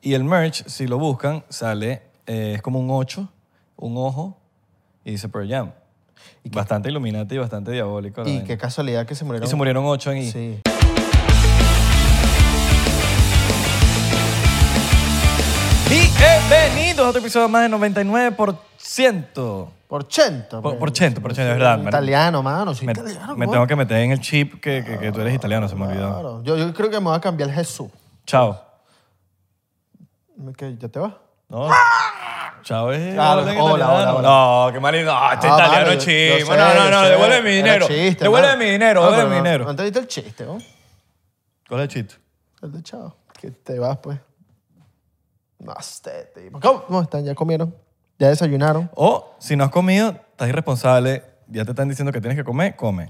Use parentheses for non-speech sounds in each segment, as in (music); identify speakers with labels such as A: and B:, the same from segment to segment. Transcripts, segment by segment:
A: Y el merch, si lo buscan, sale, eh, es como un ocho, un ojo, y dice Pearl Jam.
B: ¿Y qué-
A: bastante iluminante y bastante diabólico. la
B: Y
A: vaina.
B: qué casualidad que se murieron.
A: Y se murieron ocho en I.
B: Sí.
A: Bienvenidos a otro episodio más de 99%.
B: Por ciento.
A: Por- por
B: pues.
A: ciento, por ciento, es
B: Soy
A: verdad, man.
B: Italiano, mano. Soy
A: Me,
B: italiano.
A: me
B: ¿cómo? Ah.
A: tengo que meter en el chip que, que- que tú eres italiano, se me olvidó.
B: Claro. Yo, yo creo que me voy a cambiar Jesús.
A: Chao.
B: ¿Qué? ¿Ya te vas?
A: No. Chao es.
B: Ah. Claro,
A: habla en
B: hola,
A: italiano.
B: hola, hola.
A: No, qué malito. No, este
B: Ah,
A: italiano
B: mano,
A: es
B: yo-
A: chimo.
B: yo sé,
A: No, no,
B: yo
A: no,
B: sé.
A: devuelve mi
B: Era
A: dinero.
B: chiste,
A: Devuelve
B: mano.
A: mi dinero,
B: No,
A: devuelve
B: pero
A: mi
B: no,
A: dinero.
B: No entendiste el chiste, ¿no?
A: ¿Cuál es el chiste?
B: El de chao. Que te vas, pues. No, este tipo. ¿Cómo? ¿Cómo están? ¿Ya comieron? ¿Ya desayunaron?
A: O si no has comido, estás irresponsable. Ya te están diciendo que tienes que comer, come.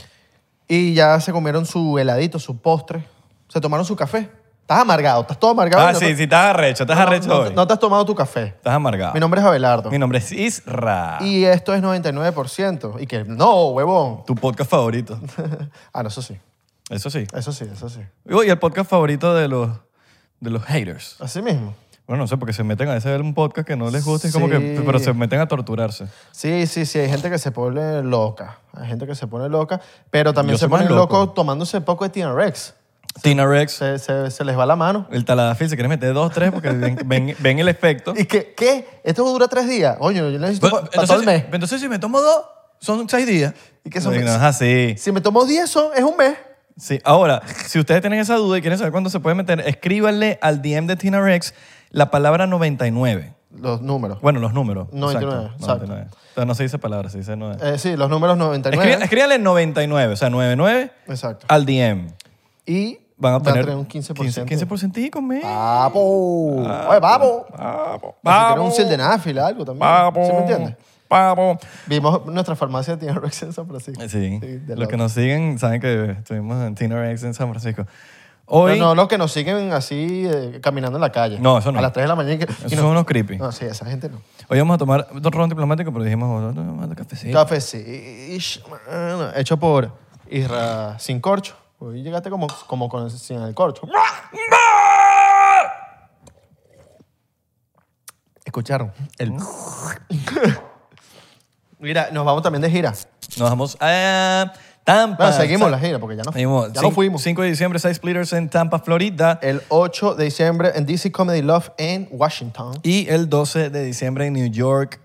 B: Y ya se comieron su heladito, su postre. Se tomaron su café. Estás amargado, estás todo amargado.
A: Ah,
B: No
A: sí,
B: te-
A: sí, estás arrecho, estás
B: no,
A: arrecho
B: no,
A: hoy. Ah.
B: no te has tomado tu café.
A: Estás amargado.
B: Mi nombre es Abelardo.
A: Mi nombre es Isra.
B: Y esto es 99%. Y que no, huevón. (laughs)
A: Tu podcast favorito.
B: ah, no, eso sí.
A: Eso sí.
B: Eso sí, eso sí.
A: Digo, Y el podcast favorito de los, de los haters.
B: Así mismo.
A: Bueno, no sé, porque se meten a veces a ver un podcast que no les gusta, es como
B: Sí.
A: que, pero se meten a torturarse.
B: Sí, sí, sí. Hay gente que se pone loca. Hay gente que se pone loca. Pero también
A: Yo
B: se
A: soy más
B: pone
A: loco.
B: loco. tomándose poco de T-Rex.
A: Tina Rex,
B: Se, se- se les va la mano.
A: el taladafil, si quieres meter dos, tres, porque ven,
B: (laughs)
A: ven- ven el efecto.
B: ¿Y qué? ¿Qué? ¿Esto dura tres días? Oye, yo necesito
A: Pero,
B: pa- pa' todo el mes.
A: entonces, si me tomo dos, son seis días.
B: ¿Y qué son
A: Digo,
B: meses?
A: ajá, sí.
B: Si me tomo 10, son, es un mes.
A: Sí, ahora, si ustedes tienen esa duda y quieren saber cuándo se puede meter, escríbanle al DM de Tina Rex la palabra 99.
B: Los números.
A: Bueno, los números.
B: 99, exacto.
A: Entonces, no se dice palabra, se dice 9.
B: Eh, sí, los números 99.
A: Escríbanle, escríbanle 99, o sea, 99
B: Exacto.
A: al DM.
B: Y
A: Ah, Van a
B: va
A: tener
B: un 15%.
A: 15%, 15 men.
B: ¡Papo!
A: Ah,
B: Oye, papo.
A: Vamos.
B: Si tienes
A: Vamos.
B: Ah. un sildenafil, algo también.
A: Vamos.
B: ¿Sí me entiendes?
A: Vamos.
B: Vimos nuestra farmacia de T-Rex en San Francisco.
A: Sí.
B: de
A: Los que
B: lado.
A: nos siguen saben que estuvimos en Tina Rex en San Francisco. Hoy.
B: No, no, los que nos siguen así eh, caminando en la calle.
A: No, eso no.
B: A las 3 de la mañana. y que- y
A: Esos
B: no-
A: son unos creepy.
B: No, sí, esa gente no.
A: Hoy vamos a tomar otro ron diplomático, pero dijimos, vamos a tomar cafecito.
B: Café, sí. ish, mano, Hecho por Isra sin corcho. Hoy llegaste como, como con, sin el corcho. Escucharon. El...
A: Mm.
B: (laughs) Mira, nos vamos también de gira.
A: Nos vamos a Tampa.
B: Bueno, seguimos
A: Ah, Sa-
B: la gira porque ya no,
A: Seguimos.
B: ya no
A: Cin-
B: fuimos.
A: 5 de diciembre, 6 Splitters en Tampa, Florida.
B: El 8 de diciembre en DC Comedy Love en Washington.
A: Y el 12 de diciembre en New York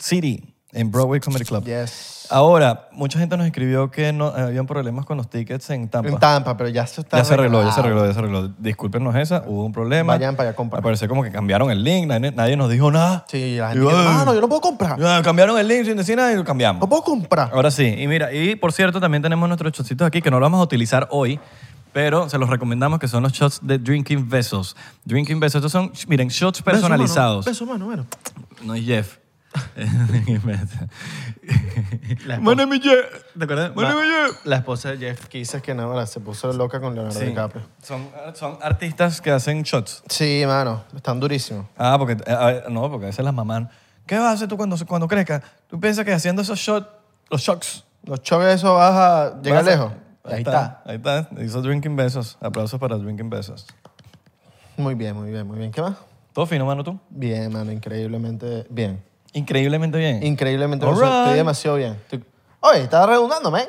A: City, en Broadway Comedy Club.
B: Yes.
A: Ahora, mucha gente nos escribió que no, habían problemas con los tickets en Tampa.
B: En Tampa, pero ya se está
A: ya se arregló, ya se
B: arreglado.
A: arregló, ya se arregló. Discúlpenos esa, hubo un problema.
B: Vayan para allá a comprar.
A: Al parecer como que cambiaron el link, nadie, nadie nos dijo nada.
B: Sí, la
A: Y,
B: gente. dice,
A: "Ay,
B: Mano, yo no puedo comprar.
A: ya, cambiaron el link sin decir nada y lo cambiamos.
B: No puedo comprar.
A: Ahora sí, y mira, y por cierto, también tenemos nuestros shotcitos aquí que no los vamos a utilizar hoy, pero se los recomendamos que son los shots de Drinking Vessels. Drinking Vessels, estos son, miren, shots personalizados.
B: Beso, mano, bueno.
A: No es Jeff. My name is Jeff. ¿Te acuerdas? My name is Jeff.
B: La esposa de Jeff Kisses que nada, se puso loca con Leonardo
A: Sí,
B: DiCaprio.
A: Son, son artistas que hacen shots.
B: Sí, mano, están durísimos.
A: Ah, porque, eh, ah, no, porque a veces las mamás, ¿qué vas a hacer tú cuando, cuando crezcas? ¿Tú piensas que haciendo esos shots, los shots,
B: Los choques esos vas a llegar
A: vas a-
B: lejos. Ahí está.
A: Ahí está. Hizo Drinking Besos. Aplausos para Drinking Besos.
B: Muy bien, muy bien, muy bien. ¿Qué más?
A: Todo fino, mano, tú.
B: Bien, mano, increíblemente bien.
A: Increíblemente bien.
B: Increíblemente
A: All
B: bien. Estoy
A: right.
B: demasiado bien. Estoy- Oye, estás redundando, man.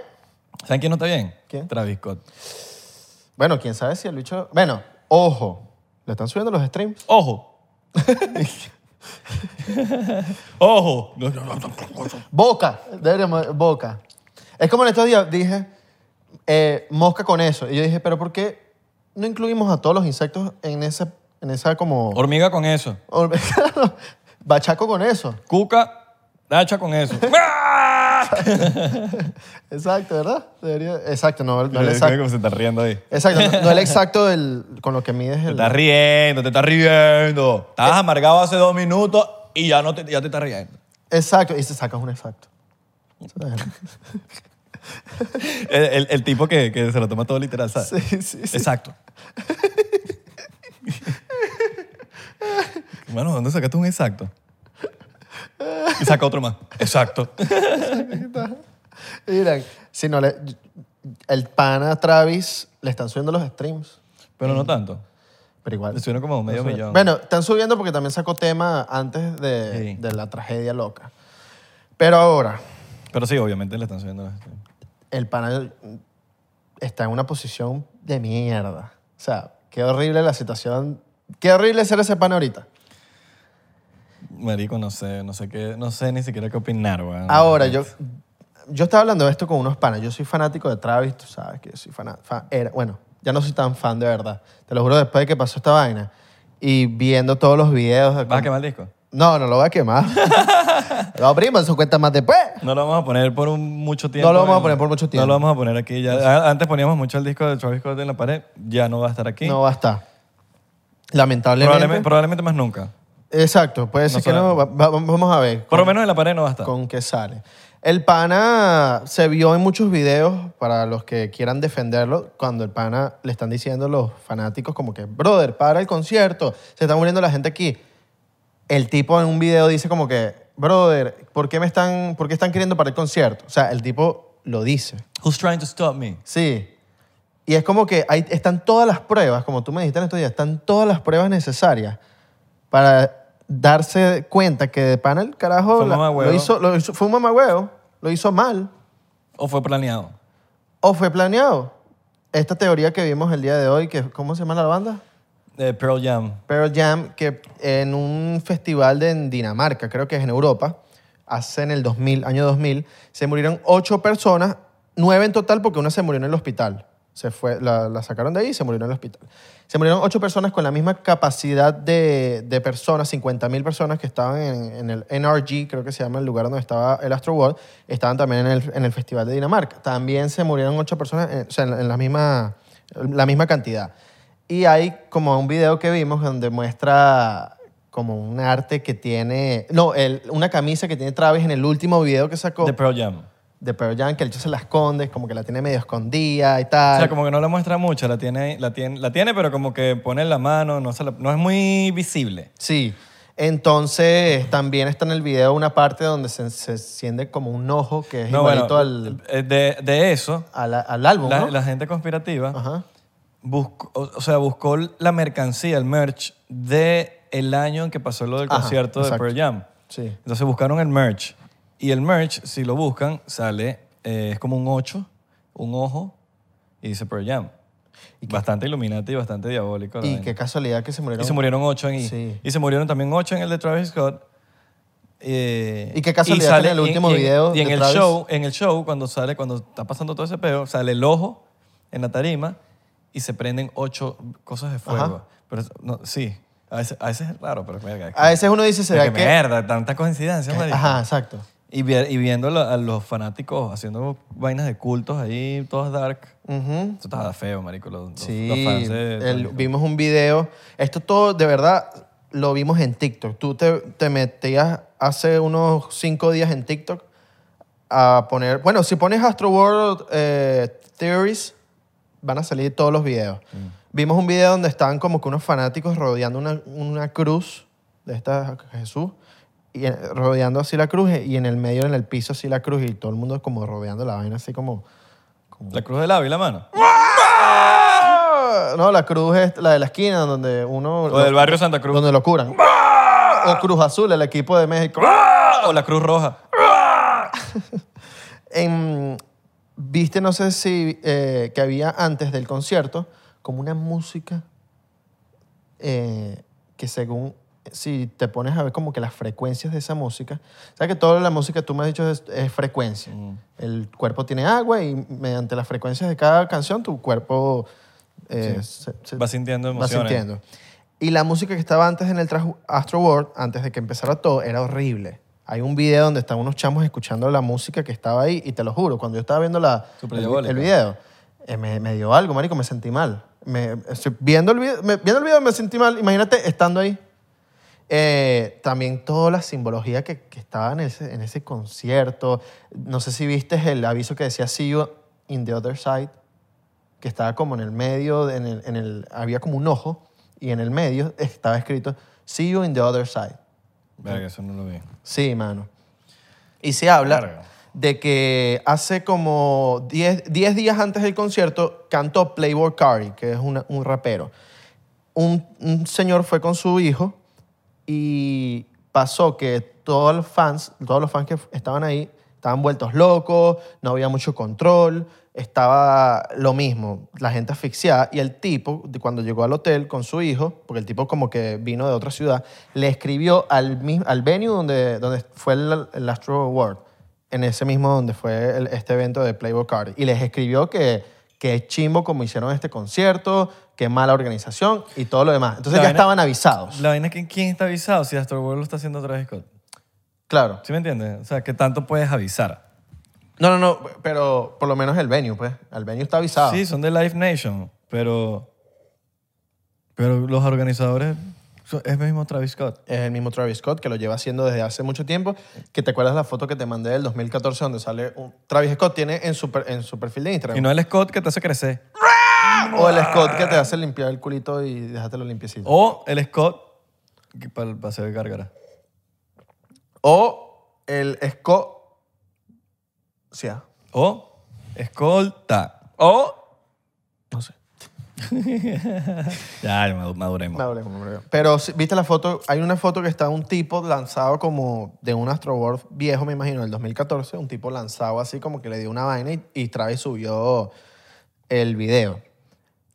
A: ¿Saben quién no está bien?
B: ¿Quién?
A: Travis Scott.
B: Bueno, quién sabe si el bicho. Bueno, ojo. Le están subiendo los streams. (laughs)
A: ¡Ojo! ¡Ojo!
B: Boca. Deberíamos. Boca. Es como en estos días dije. eh, mosca con eso. Y yo dije, pero ¿por qué no incluimos a todos los insectos en esa, en esa como.
A: Hormiga con eso.
B: (laughs) Or- Claro, Bachaco con eso.
A: Cuca, dacha con
B: (laughs)
A: eso. ¡Ah!
B: Exacto, ¿verdad? Debería- exacto, no, no el exacto.
A: Como se está riendo ahí.
B: Exacto, no, no el exacto del, con lo que mides
A: Te
B: (laughs) el...
A: estás riendo, te estás riendo. Estabas amargado hace dos minutos y ya, no te, ya te estás
B: (laughs)
A: riendo.
B: Exacto, y se sacas un exacto.
A: El, el- el tipo que, que se lo toma todo literal, ¿sabes?
B: Sí, sí, sí.
A: Exacto. Bueno, ¿dónde sacaste un exacto? Y saca otro más. Exacto.
B: Y dirán, si no le... El pana Travis le están subiendo los streams.
A: Pero no tanto.
B: Pero igual.
A: Le subieron como medio
B: Sube-
A: millón.
B: Bueno, están subiendo porque también sacó tema antes de,
A: Sí.
B: de la tragedia loca. Pero ahora,
A: Pero sí, obviamente le están subiendo. este. las-
B: el panel está en una posición de mierda. O sea, qué horrible la situación. Qué horrible ser ese pan ahorita.
A: Marico, no sé, no sé qué, no sé ni siquiera qué opinar, weón.
B: Ahora, yo, yo estaba hablando de esto con unos panas. Yo soy fanático de Travis, tú sabes que yo soy fan, fan- era, bueno, ya no soy tan fan de verdad. Te lo juro, después de que pasó esta vaina y viendo todos los videos.
A: ¿Vas a quemar el disco?
B: No, no lo voy
A: (laughs)
B: a quemar. lo abrimos en su cuenta más después.
A: No lo vamos a poner por un mucho tiempo.
B: No lo vamos a
A: en-
B: poner por mucho tiempo.
A: No lo vamos a poner aquí. Ya, A- antes poníamos mucho el disco de Travis Scott en la pared. Ya no va a estar aquí.
B: No va a estar. Lamentablemente.
A: probablemente, probablemente más nunca.
B: Exacto, puede ser que no.
A: sabemos.
B: va- va- vamos a ver.
A: Por lo menos en la pared no va a estar.
B: con qué sale. El pana se vio en muchos videos, para los que quieran defenderlo, cuando el pana le están diciendo los fanáticos como que, brother, para el concierto, se está muriendo la gente aquí. El tipo en un video dice como que, brother, ¿por qué me están, por qué están queriendo para el concierto? O sea, el tipo lo dice.
A: Who's trying to stop me?
B: Sí. Y es como que ahí están todas las pruebas, como tú me dijiste en estos días, están todas las pruebas necesarias para darse cuenta que de pana el carajo
A: Fue un
B: la-
A: mamagüevo.
B: lo, hizo, lo hizo- fue un mamagüeo, lo hizo mal
A: ¿O fue planeado?
B: o fue planeado. Esta teoría que vimos el día de hoy, que ¿cómo se llama la banda?
A: Eh, Pearl Jam.
B: Pearl Jam, que en un festival de, en Dinamarca, creo que es en Europa, hace en el 2000, año 2000, se murieron ocho personas, nueve en total porque una se murió en el hospital. Se fue, la, la sacaron de ahí y se murió en el hospital. Se murieron ocho personas con la misma capacidad de, de personas, 50.000 personas que estaban en, en el NRG, creo que se llama el lugar donde estaba el Astro World, estaban también en el, en el Festival de Dinamarca. También se murieron ocho personas, en, o sea, en la- en la misma, la misma cantidad. Y hay como un video que vimos donde muestra como un arte que tiene, no, el- una camisa que tiene Travis en el último video que sacó
A: De Pearl Jam.
B: de Pearl Jam, que el hecho se la esconde, como que la tiene medio escondida y
A: O
B: tal.
A: sea, como que no la muestra mucho, la tiene, ahí- la tiene, la tiene pero como que pone la mano, no, se la- no es muy visible.
B: Sí. Entonces, también está en el video una parte donde se, se enciende como un ojo que es
A: No, bueno,
B: igualito al,
A: eh, de, de eso,
B: al, al álbum,
A: la,
B: ¿no?
A: la gente conspirativa
B: Ajá.
A: buscó, o o sea, buscó la mercancía, el merch, de el año en que pasó lo del
B: Ajá,
A: concierto
B: exacto.
A: de Pearl Jam.
B: Sí.
A: Entonces buscaron el merch. Y el merch, si lo buscan, sale, eh, es como un 8, un ojo, y dice Pearl Jam. bastante iluminante y bastante diabólico. la
B: Y
A: vaina.
B: qué casualidad que se murieron.
A: Y se murieron ocho en I.
B: Sí.
A: Y se murieron también ocho en el de Travis Scott. Eh,
B: Y qué casualidad que en el
A: y-
B: último
A: y,
B: video
A: Y en
B: de
A: el
B: Travis-
A: show, en el show, cuando sale, cuando está pasando todo ese pedo, sale el ojo en la tarima y se prenden ocho cosas de fuego.
B: Ajá.
A: Pero es- no, sí, a veces, a veces es raro, pero verga, es que-
B: A veces uno dice,
A: es
B: ¿será
A: que
B: que...?
A: mierda, tanta coincidencia, marico.
B: Ajá, exacto.
A: Y, vi- y viendo lo- a los fanáticos haciendo vainas de cultos ahí, todas dark.
B: Ujú.
A: Eso estaba feo, marico. Los, los-
B: Sí,
A: los fans de-
B: el- vimos un video. Esto todo, de verdad, lo vimos en TikTok. Tú te, te metías hace unos cinco días en TikTok a poner... Bueno, si pones Astro World eh, Theories, van a salir todos los videos.
A: Mm.
B: Vimos un video donde estaban como que unos fanáticos rodeando una, una cruz de esta Jesús, y eh, rodeando así la cruz y en el medio, en el piso, así la cruz y todo el mundo como rodeando la vaina, así como...
A: La cruz del ávila, mano.
B: No, la cruz es la de la esquina donde uno...
A: O del barrio Santa Cruz.
B: Donde lo curan. O Cruz Azul, el equipo de México.
A: O la Cruz Roja.
B: En- Viste, no sé si, eh, que había antes del concierto como una música eh, que según, si te pones a ver como que las frecuencias de esa música, sabes que toda la música, tú me has dicho, es, es frecuencia.
A: Mm.
B: El cuerpo tiene agua y mediante las frecuencias de cada canción tu cuerpo eh, se- se-
A: Va sintiendo
B: Va
A: emociones.
B: sintiendo. Y la música que estaba antes en el tras- Astro World, antes de que empezara todo, era horrible. Hay un video donde están unos chamos escuchando la música que estaba ahí y te lo juro, cuando yo estaba viendo la,
A: Súper
B: el,
A: diabólica.
B: el video, eh, me, me dio algo, marico, me sentí mal. Me- estoy viendo, el video, me- viendo el video me sentí mal, imagínate estando ahí. Eh, también toda la simbología que, que estaba en ese, en ese concierto. No sé si viste el aviso que decía See you in the other side que estaba como en el medio, de- en el, en el- había como un ojo y en el medio estaba escrito See you in the other side.
A: Verga, eso no lo vi.
B: Sí, mano. Y se habla
A: Verga.
B: de que hace como 10 10 días antes del concierto cantó Playboy Cardi, que es una- un rapero. un, un señor fue con su hijo y pasó que todos los fans, todos los fans que estaban ahí, estaban vueltos locos, no había mucho control, estaba lo mismo, la gente asfixiada. Y el tipo, de cuando llegó al hotel con su hijo, porque el tipo como que vino de otra ciudad, le escribió al, mis- al venue donde, donde fue el, el Astro Award, en ese mismo donde fue el- este evento de Playboy Cardi, y les escribió que que chimbo como hicieron este concierto, que mala organización y todo lo demás. Entonces
A: La
B: ya
A: vaina-
B: estaban avisados.
A: La vaina es que quién está avisado si Astro World lo está haciendo Travis Scott.
B: Claro.
A: ¿Sí me entiendes? O sea, ¿qué tanto puedes avisar?
B: No, no, no, pero por lo menos el venue, pues. El venue está avisado.
A: Sí, son de Live Nation, pero. Pero los organizadores. son- Es mismo Travis Scott.
B: Es el mismo Travis Scott que lo lleva haciendo desde hace mucho tiempo. Que te acuerdas la foto que te mandé del 2014 donde sale un- Travis Scott tiene en su, per- en su perfil de
A: Y
B: Instagram.
A: no el Scott que te hace crecer.
B: O el Scott que te hace limpiar el culito y dejártelo limpiecito.
A: O el Scott que para el paseo de gárgara.
B: O el Scott. Sí, ah,
A: O escolta. O.
B: no sé.
A: (laughs) Ya, ya madu- maduremos.
B: Me hablé como breve. Pero sí, viste la foto, hay una foto que está un tipo lanzado como de un Astroworld viejo, me imagino, del 2014, un tipo lanzado así como que le dio una vaina y, y Travis subió el video.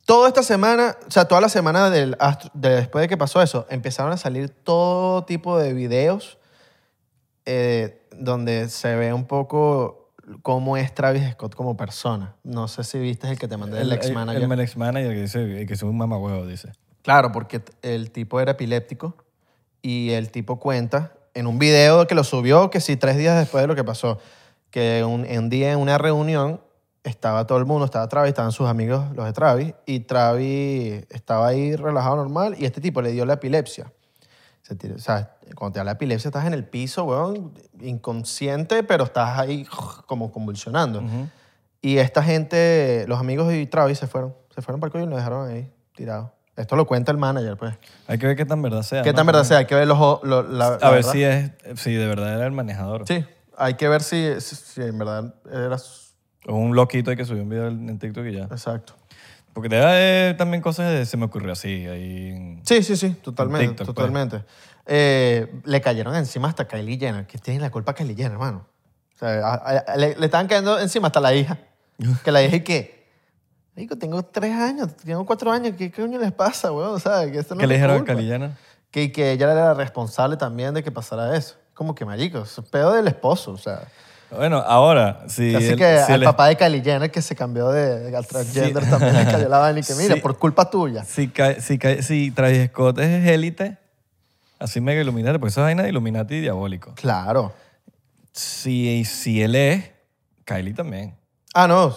B: Toda esta semana, o sea, toda la semana del Astro- de- después de que pasó eso, empezaron a salir todo tipo de videos eh, donde se ve un poco cómo es Travis Scott como persona. No sé si viste el que te mandé del ex manager.
A: El, ex manager que dice el que es un mamagüevo, dice.
B: Claro, porque t- el tipo era epiléptico y el tipo cuenta en un video que lo subió, que sí, tres días después de lo que pasó, que un, en un día en una reunión estaba todo el mundo, estaba Travis, estaban sus amigos los de Travis, y Travis estaba ahí relajado normal y este tipo le dio la epilepsia. Se tiró- o sea, cuando te da la epilepsia estás en el piso, weón, inconsciente, pero estás ahí como convulsionando.
A: Ujú.
B: Y esta gente, los amigos y Travis se fueron. Se fueron para el coño y lo dejaron ahí tirado. Esto lo cuenta el manager, pues.
A: Hay que ver qué tan verdad sea.
B: ¿Qué
A: ¿no?
B: tan verdad sea? Hay que ver los, o- lo- la,
A: A
B: la
A: ver
B: verdad.
A: si es, si de verdad era el manejador.
B: Sí, hay que ver si, si- si en verdad era... su-
A: O un loquito hay que subió un video en TikTok y ya.
B: Exacto.
A: Porque te da también cosas de se me ocurrió así. Ahí en-
B: Sí, sí, sí, totalmente,
A: TikTok, pues.
B: totalmente. Eh, le cayeron encima hasta Kylie Jenner, que tiene la culpa Kylie Jenner, hermano. O sea, a- a- le, le estaban cayendo encima hasta la hija. Que la hija y que... Digo, tengo tres años, tengo cuatro años, ¿qué coño les pasa, weón? O sea, que esto no
A: ¿Qué
B: es
A: le
B: mi
A: dijeron a
B: culpa.
A: Kylie Jenner?
B: que, que ella era la responsable también de que pasara eso. Como que marico, es pedo del esposo, o sea.
A: Bueno, ahora, si.
B: Así
A: el-
B: que
A: si
B: al
A: el-
B: papá de Kylie Jenner que se cambió de, de al transgender también le cayó la vaina y que mira,
A: Sí.
B: por culpa tuya.
A: Si, Ka- si, Ka- si Travis Scott es élite, así mega iluminante, porque esa vaina de Illuminati y diabólico.
B: Claro.
A: Si, si él es, Kylie también.
B: Ah, no,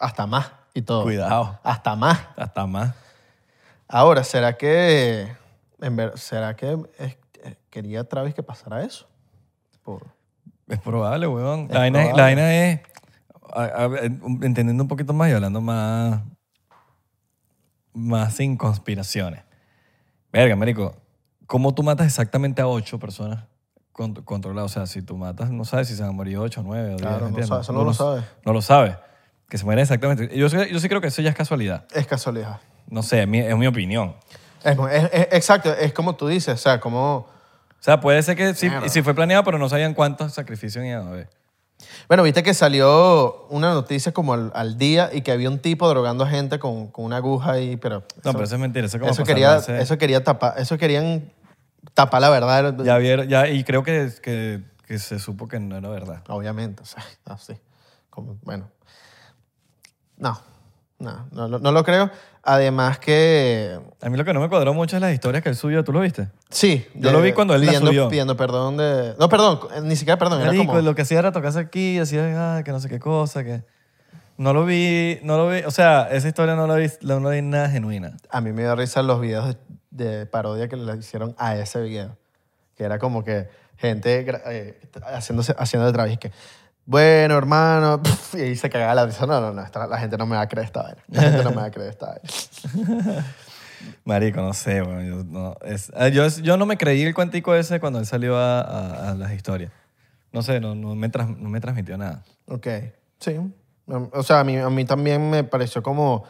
B: hasta más y todo.
A: Cuidado.
B: Hasta más.
A: Hasta más.
B: Ahora, ¿será que en ver- será que eh, eh, quería Travis que pasara eso? Por-
A: Es probable, weón.
B: Es
A: la, vaina, es- la
B: probable.
A: vaina es, a- a- entendiendo un poquito más y hablando más, más sin conspiraciones. Verga, marico, ¿cómo tú matas exactamente a ocho personas con- controladas? O sea, si tú matas, no sabes si se han morido ocho, nueve o diez.
B: Claro, no
A: ¿entiendes?
B: sabes, eso no lo
A: s-
B: sabes.
A: No lo sabes. Que se mueren exactamente. Yo, sé- yo sí creo que eso ya es casualidad.
B: Es casualidad.
A: No sé, es mi, es mi opinión.
B: Es- es- es- exacto, es como tú dices, o sea, como...
A: O sea, puede ser que sí,
B: Mierda.
A: sí fue planeado, pero no sabían cuántos sacrificios iban a haber.
B: Bueno, viste que salió una noticia como al, al día y que había un tipo drogando a gente con, con una aguja ahí, pero...
A: No, pero eso es mentira. Eso, es como
B: eso
A: pasarlo
B: quería,
A: ese-
B: eso quería tapar, eso querían tapar la verdad,
A: Ya vieron, ya, y creo que, que, que se supo que no era verdad.
B: obviamente, (laughs) o sea, así, como, bueno. No, no, no, lo- no lo creo. Además que,
A: A mí lo que no me cuadró mucho es las historias que él subió, ¿tú lo viste?
B: sí.
A: Yo lo vi cuando él la
B: pidiendo,
A: subió.
B: Pidiendo perdón de... No, perdón, ni siquiera perdón, era
A: Marico,
B: como...
A: lo que hacía era tocarse aquí, hacía ah, que no sé qué cosa, que... No lo vi, no lo vi, o sea, esa historia no la vi, no la vi nada genuina.
B: A mí me dio risa los videos de, de parodia que le hicieron a ese video. Que era como que gente gra- eh, haciéndose, haciendo de Travis que, bueno, hermano, (laughs) y ahí se cagaba la risa. No, no, no, esta- la gente no me va a creer esta vaina. La gente no me va a creer esta vaina.
A: Marico, no sé, bueno, yo, no, es- ah, yo, es- yo no me creí el cuantico ese cuando él salió a, a- a las historias. No sé, no, no me trans- no me transmitió nada.
B: Ok, sí. O sea, a mí, a mí también me pareció como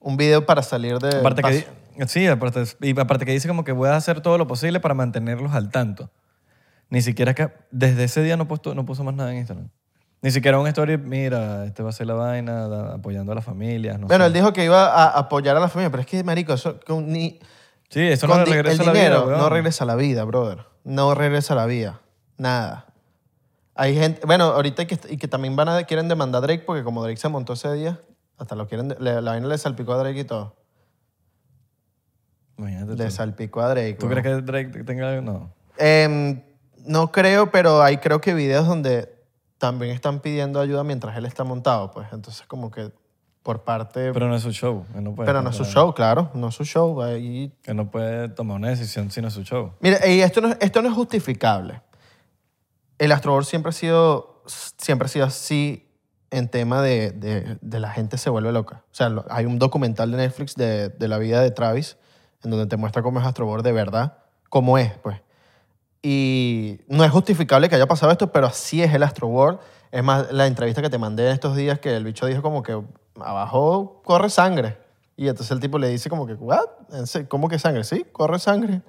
B: un video para salir de...
A: Aparte que,
B: paso.
A: Sí, aparte, y aparte que dice como que voy a hacer todo lo posible para mantenerlos al tanto. Ni siquiera que desde ese día no, puso no puso más nada en Instagram. Ni siquiera un story, mira, este va a ser la vaina, da- apoyando a las familias. No
B: Bueno,
A: sé.
B: él dijo que iba a apoyar a la familia, pero es que, marico, eso con ni,
A: Sí, eso
B: con
A: no
B: di-
A: le regresa
B: el
A: a la
B: dinero
A: vida, weón.
B: no regresa a la vida, brother. No regresa a la vida. Nada. Hay gente, bueno, ahorita que, y que también van a, quieren demandar a Drake porque como Drake se montó ese día, hasta lo quieren, de- le- la vaina le salpicó a Drake y todo.
A: Imagínate
B: Le
A: tú.
B: salpicó a Drake.
A: ¿Tú
B: weón.
A: crees que Drake tenga algo? No.
B: Em, no creo, pero hay creo que videos donde también están pidiendo ayuda mientras él está montado, pues. Entonces, como que por parte. Pero,
A: Pero no es su show. Él no puede
B: no es su
A: claro.
B: show, claro. No es su show. Ahí-
A: Que no puede tomar una decisión si no es su show.
B: Mira, y esto no, esto no es justificable. El Astrobor siempre ha sido, siempre ha sido así en tema de, de- de la gente se vuelve loca. O sea, lo- hay un documental de Netflix de, de la vida de Travis en donde te muestra cómo es Astrobor de verdad, cómo es, pues. Y no es justificable que haya pasado esto, pero así es el Astroworld. Es más, la entrevista que te mandé en estos días que el bicho dijo como que abajo corre sangre. Y entonces el tipo le dice como que, ¿what? ¿En serio? ¿Cómo que sangre? Sí, corre sangre.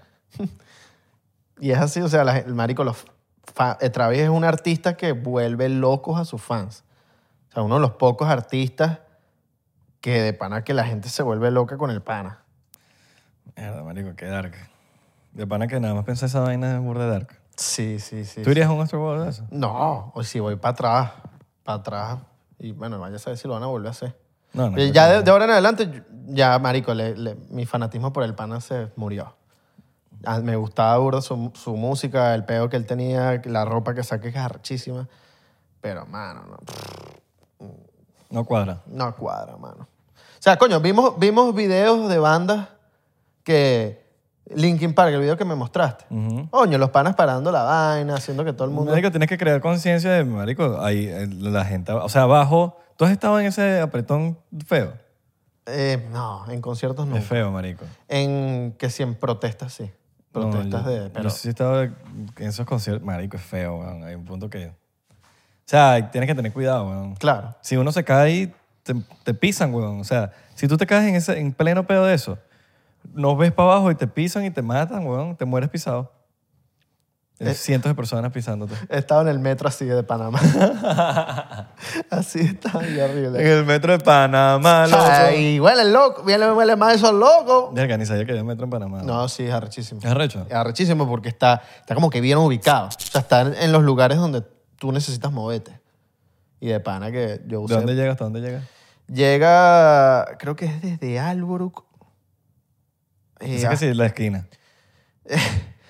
B: y es así, o sea, la gen- el marico, los fa- eh, Travis es un artista que vuelve locos a sus fans. O sea, uno de los pocos artistas que de pana que la gente se vuelve loca con el pana.
A: Mierda, marico, qué dark. De pana que nada más pensé esa vaina de burda dark.
B: Sí, sí, sí.
A: ¿Tú irías a un Astro World de eso?
B: No, o si voy para atrás, para atrás. Y bueno, vaya a saber si lo van a volver a hacer.
A: No, no.
B: Eh, ya de, de ahora en adelante, yo- ya, marico, le- le- mi fanatismo por el pana se murió. Ah, Me gustaba burda su, su música, el peo que él tenía, la ropa que saqué que es arrechísima. Pero, mano, no,
A: No cuadra.
B: no cuadra, mano. O sea, coño, vimos, vimos videos de bandas que... Linkin Park, el video que me mostraste.
A: Ujú.
B: Coño, los panas parando la vaina, haciendo que todo el mundo...
A: Marico, tienes que crear conciencia de, marico, ahí eh, la gente, o sea, abajo, tú has estado en ese apretón feo.
B: Eh, no, en conciertos no.
A: Es feo, marico.
B: En que si en protestas, sí.
A: No,
B: Protestas
A: yo-
B: de... Pero,
A: Yo sí he estado en esos conciertos, marico, es feo, weón. Hay un punto que... O sea, tienes que tener cuidado, weón.
B: claro.
A: Si uno se cae ahí, te, te pisan, weón. O sea, si tú te caes en, ese, en pleno pedo de eso, no ves para abajo y te pisan y te matan, weón. Te mueres pisado. Hay Cientos de personas pisándote.
B: He estado en el metro así
A: (laughs)
B: de Panamá. así estaba y
A: En
B: horrible.
A: el metro de Panamá, loco.
B: Ay, huele loco. Huele, huele más esos locos.
A: Verga, ni sabía que había metro en Panamá.
B: No, sí, es arrechísimo.
A: ¿Es arrecho?
B: Es arrechísimo porque está, está como que bien ubicado. O sea, está en, en los lugares donde tú necesitas moverte. Y de pana que yo
A: ¿De
B: usé.
A: dónde llega hasta dónde llega?
B: Llega, creo que es desde Albrook. Eh,
A: Dice que sí, la esquina.
B: (laughs)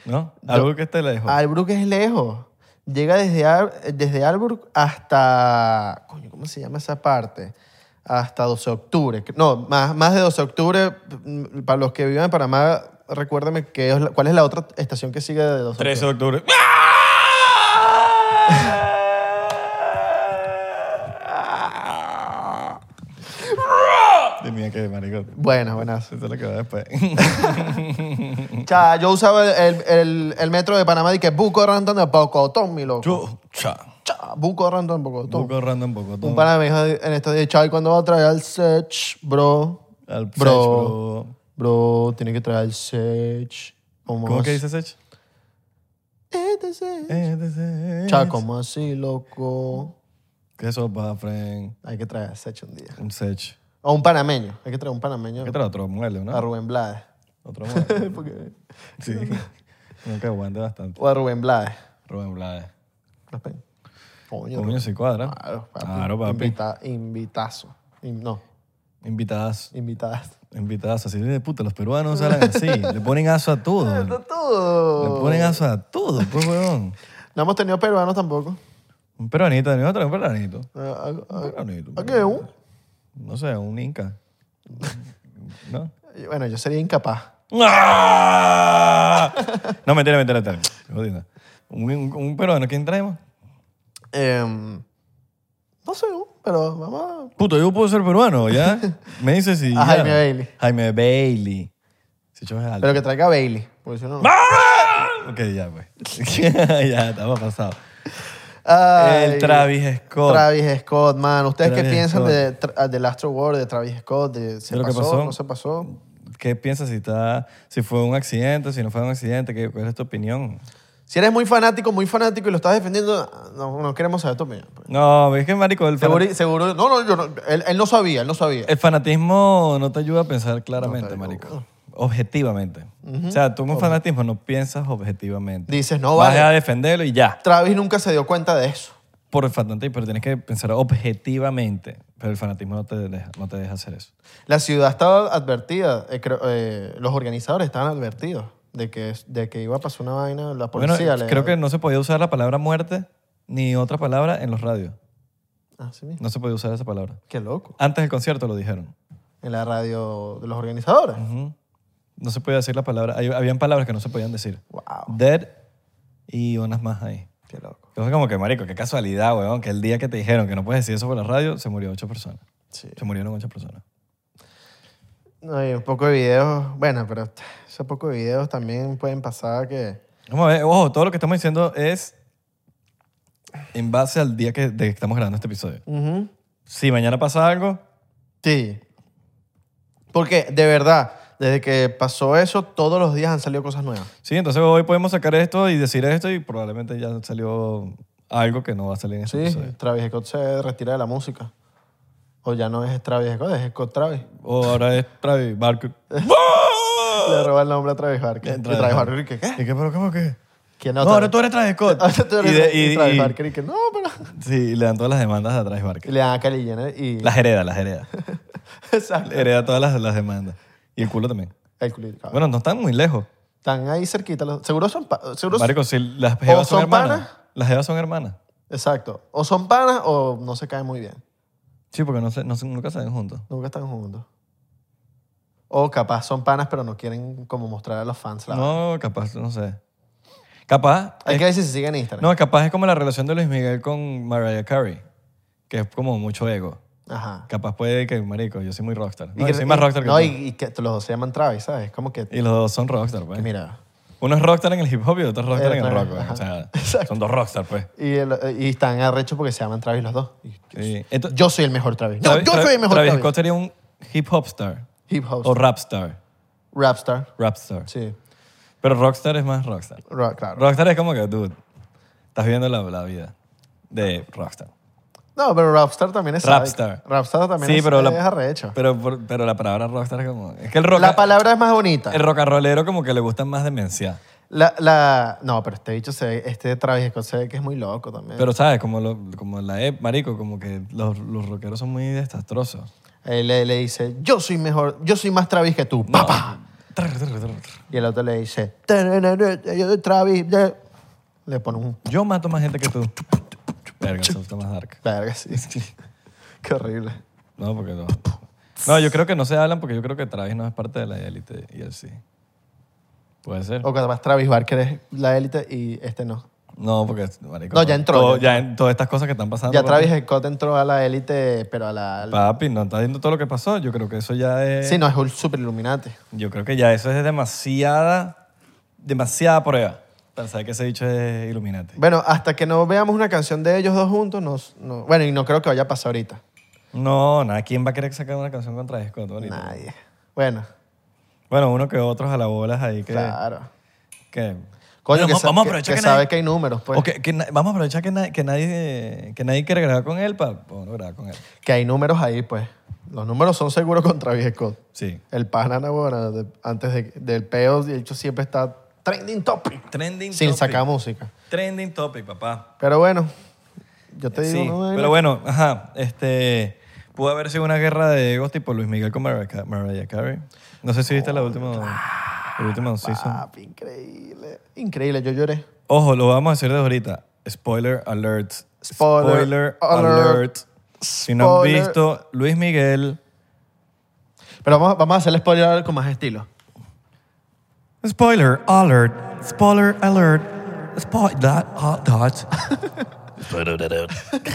A: ¿No? Algo que te la dejó.
B: Albrook es lejos. Llega desde, Al- desde Albrook hasta. Coño, ¿cómo se llama esa parte? Hasta 12 de octubre. No, más, más de 12 de octubre. mm, Para los que viven en Panamá, recuérdame que es la- cuál es la otra estación que sigue de 12 de octubre.
A: 13 de (laughs) octubre. Dime que marico.
B: Buenas, buenas.
A: Eso es lo que va después. (laughs)
B: Cha, yo usaba el, el- el metro de Panamá y que buco random de Pocotón, mi loco.
A: Chucha.
B: Cha, buco random de Pocotón.
A: Poco random, poco
B: Un
A: todo.
B: pana me dijo en estos días, Chay, ¿cuándo va a traer al Sech, bro?
A: Al Sech,
B: bro.
A: bro.
B: Bro, tiene que traer al Sech. ¿Cómo,
A: ¿Cómo
B: as-
A: que dice Sech?
B: Este Sech.
A: Eh, de Sech.
B: Chay, ¿cómo así, loco?
A: ¿Qué sopa, friend?
B: Hay que traer a Sech un día.
A: Un Sech.
B: O un panameño. Hay que traer un panameño
A: ¿Qué trae otro muelo,
B: a
A: no?
B: Rubén Blades. (laughs)
A: Otro muelo.
B: Porque- (laughs)
A: Sí. Nunca aguante bastante.
B: O a Rubén Blades.
A: Rubén Blades.
B: Los pen- Coño,
A: Coño, sí cuadra.
B: claro, papi.
A: Claro, papi.
B: Invita- invitazo. In- no,
A: Invitadas.
B: invitadas.
A: Invitadas. Así de puta, los peruanos hablan
B: (laughs)
A: así. Le ponen aso a todo. Le
B: Todo.
A: ponen aso a todo, pues, weón.
B: No hemos tenido peruanos tampoco.
A: Un peruanito, tenemos otro, un peruanito.
B: Ah, ah,
A: Un
B: ah.
A: peruanito. un
B: ¿A qué?
A: peruanito.
B: ¿Un?
A: No sé, un inca.
B: (laughs)
A: ¿No?
B: Bueno, yo sería incapaz.
A: ¡Ah! No, mentira, mentira, mentira. Estoy jodiendo. Un, un, un peruano, ¿quién traemos?
B: Em, no sé, pero vamos. a-
A: Puto, yo puedo ser peruano, ¿ya? Me dice si.
B: A
A: ya.
B: (laughs) Jaime Bailey.
A: Jaime Bailey. Si yo es alto.
B: Pero que traiga a Bailey, porque si no. no.
A: Ok, ya,
B: (laughs)
A: pues. (laughs) ya, estamos pasados.
B: Ay,
A: ¡Ah! El Travis Scott.
B: Travis Scott, man. ¿Ustedes qué
A: Travis
B: piensan ah,
A: Scott.
B: de, tra- del Astro World, de Travis Scott? De, ¿Se
A: ¿De lo que
B: pasó,
A: pasó?
B: ¿No se pasó?
A: ¿Qué piensas si, está, si fue un accidente, si no fue un accidente? ¿Qué, ¿Cuál es tu opinión?
B: Si eres muy fanático, muy fanático y lo estás defendiendo, no, no queremos saber tu opinión.
A: No, es que, marico, el, fana-
B: Seguro, seguro- no, no, yo no- él, él no sabía, él no sabía.
A: el fanatismo no te ayuda a pensar claramente, marico. Objetivamente. O sea, tú con fanatismo no piensas objetivamente.
B: Dices, no,
A: Vas
B: vale.
A: a defenderlo y ya.
B: Travis nunca se dio cuenta de eso.
A: Por el fanatismo, pero tienes que pensar objetivamente. Pero el fanatismo no te deja, no te deja hacer eso.
B: La ciudad estaba advertida, eh, creo- eh, los organizadores estaban advertidos de que, de que iba a pasar una vaina, la
A: Bueno,
B: policía. le-
A: creo que no se podía usar la palabra muerte ni otra palabra en los radios.
B: Ah, sí mismo.
A: No se podía usar esa palabra.
B: Qué loco.
A: Antes del concierto lo dijeron.
B: En la radio de los organizadores.
A: Ujú. No se podía decir la palabra. hay- habían palabras que no se podían decir.
B: Wow,
A: Dead y unas más ahí.
B: qué loco.
A: Entonces como que, marico, qué casualidad, weón, que el día que te dijeron que no puedes decir eso por la radio, se murió ocho personas.
B: Sí.
A: Se murieron ocho personas.
B: No, hay un poco de videos, bueno, pero ese poco de videos también pueden pasar que...
A: Vamos a ver, ojo, todo lo que estamos diciendo es en base al día que, de que estamos grabando este episodio.
B: Ujú.
A: Si mañana pasa algo,
B: Sí. Porque, de verdad, desde que pasó eso, todos los días han salido cosas nuevas.
A: sí, entonces hoy podemos sacar esto y decir esto y probablemente ya salió algo que no va a salir en este
B: Sí,
A: episodio.
B: Travis Scott se retira de la música. O ya no es Travis Scott, es Scott Travis.
A: O ahora es Travis
B: (laughs)
A: Barker.
B: Le roba el nombre a Travis Barker.
A: Y
B: Y
A: Travis
B: Travis Barker, ¿qué? ¿Qué?
A: ¿Y qué? ¿Pero cómo que?
B: Que
A: No,
B: ¿Eh? no,
A: ahora
B: Travis-
A: tú eres
B: (laughs)
A: Travis Scott.
B: ahora tú eres
A: Y de- y-
B: y Travis
A: y-
B: Barker y que no, pero...
A: Sí, le dan todas las demandas a Travis Barker.
B: Y le dan a Kylie Jenner y... (laughs)
A: Las hereda, las hereda.
B: Exacto.
A: Hereda todas las, las demandas. Y el culo también.
B: El culito, cabrón.
A: Bueno, no están muy lejos.
B: Están ahí cerquita. los- Seguro son... pa- Seguro son-
A: Marico, si las jevas son,
B: son
A: hermanas.
B: panas?
A: Las jevas son hermanas.
B: Exacto. O son panas o no se caen muy bien.
A: Sí, porque no se, no se- nunca salen juntos.
B: Nunca están juntos. O capaz son panas, pero no quieren como mostrar a los fans la
A: No, capaz, no sé. Capaz.
B: Hay
A: es-
B: que ver si se siguen en Instagram.
A: no, capaz es como la relación de Luis Miguel con Mariah Carey, que es como mucho ego.
B: Ajá.
A: Capaz puede que, marico, yo soy muy rockstar. No,
B: que-
A: yo soy más rockstar que
B: no,
A: tú.
B: y,
A: Y,
B: y que los dos se llaman Travis, ¿sabes? Como que,
A: los dos son rockstar,
B: que
A: pues.
B: mira.
A: Uno es rockstar en el hip hop y el otro es rockstar
B: Eh,
A: en el
B: claro,
A: rock. pues. O sea,
B: (laughs) Exacto.
A: son dos rockstar, pues.
B: Y, el- y están arrechos porque se llaman Travis los dos. Y yo,
A: Sí. Ento-
B: yo soy el mejor Travis. No,
A: Travis-
B: yo soy el mejor
A: Travis
B: Travis.
A: Scott sería un hip hop star
B: Hip hop.
A: o rap star.
B: Rapstar.
A: Rap star.
B: Sí.
A: Pero rockstar es más rockstar.
B: Ra- claro.
A: Rockstar es como que, dude, estás viendo la, la vida de rockstar.
B: No, pero Rapstar también es.
A: Rapstar.
B: Rapstar también
A: Sí,
B: es,
A: pero la-
B: es arrecho.
A: Pero, por- pero la palabra rockstar es como... Es que el, rock,
B: la palabra es más bonita.
A: el rock and rollero como que le gustan más demencia.
B: La, la, no, pero este bicho, se, ve- este Travis Scott se ve que es muy loco también.
A: Pero, ¿sabes? Como, lo- como la E, marico, como que los, los rockeros son muy desastrosos.
B: Él le, le dice, yo soy mejor, yo soy más Travis que tú, papá.
A: Trr, trr, trr, trr.
B: Y el otro le dice, "Tararara, yo soy Travis. eh". Le pone un
A: Yo mato más gente que tú. Verga, eso está más dark.
B: verga así. (laughs) Qué horrible.
A: No, porque no. No, yo creo que no se hablan porque yo creo que Travis no es parte de la élite y él sí. Puede ser.
B: O capaz Travis Barker es la élite y este no.
A: No, porque marico,
B: No, ya entró,
A: todo-
B: ya
A: ya en- todas estas cosas que están pasando.
B: Ya
A: papi.
B: Travis Scott entró a la élite, pero a la...
A: Papi, no estás viendo todo lo que pasó. Yo creo que eso ya es.
B: Sí, no, es un super iluminante.
A: Yo creo que ya eso es demasiada, demasiada prueba. Para saber que ese dicho es iluminante.
B: Bueno, hasta que no veamos una canción de ellos dos juntos, no, no- bueno, y no creo que vaya a pasar ahorita.
A: No, nada, ¿quién va a querer sacar una canción con Travis Scott ahorita?
B: Nadie. Bueno,
A: Bueno, uno que otros a la bolas ahí que.
B: claro.
A: que-
B: Coño,
A: Bueno,
B: que,
A: vamos,
B: sa-
A: vamos a
B: que-
A: aprovechar
B: que
A: que, nadie-
B: sabe que hay números, pues.
A: o que- que na- vamos a aprovechar que, na- que nadie, que nadie quiere grabar con él para bueno, grabar con él.
B: Que hay números ahí, pues. Los números son seguros con Travis Scott.
A: Sí.
B: El pana, no, bueno, de- antes de- del peo, de hecho, siempre está trending topic.
A: Trending
B: sin
A: topic.
B: sacar música.
A: Trending topic, papá.
B: Pero bueno, yo te digo,
A: Sí,
B: no,
A: pero bueno, ajá, este, pudo haber sido una guerra de egos tipo Luis Miguel con Mariah, Ca- Mariah Carey. No sé si viste la última, el último season.
B: papi, increíble. Increíble, yo lloré.
A: Ojo, lo vamos a hacer desde ahorita. Spoiler alert.
B: Spoiler alert.
A: Si no han
B: Spoiler.
A: visto Luis Miguel,
B: Pero vamos, vamos a hacer el spoiler ahora con más estilo.
A: spoiler alert, spoiler alert, spoiler dot, dot.
B: (laughs)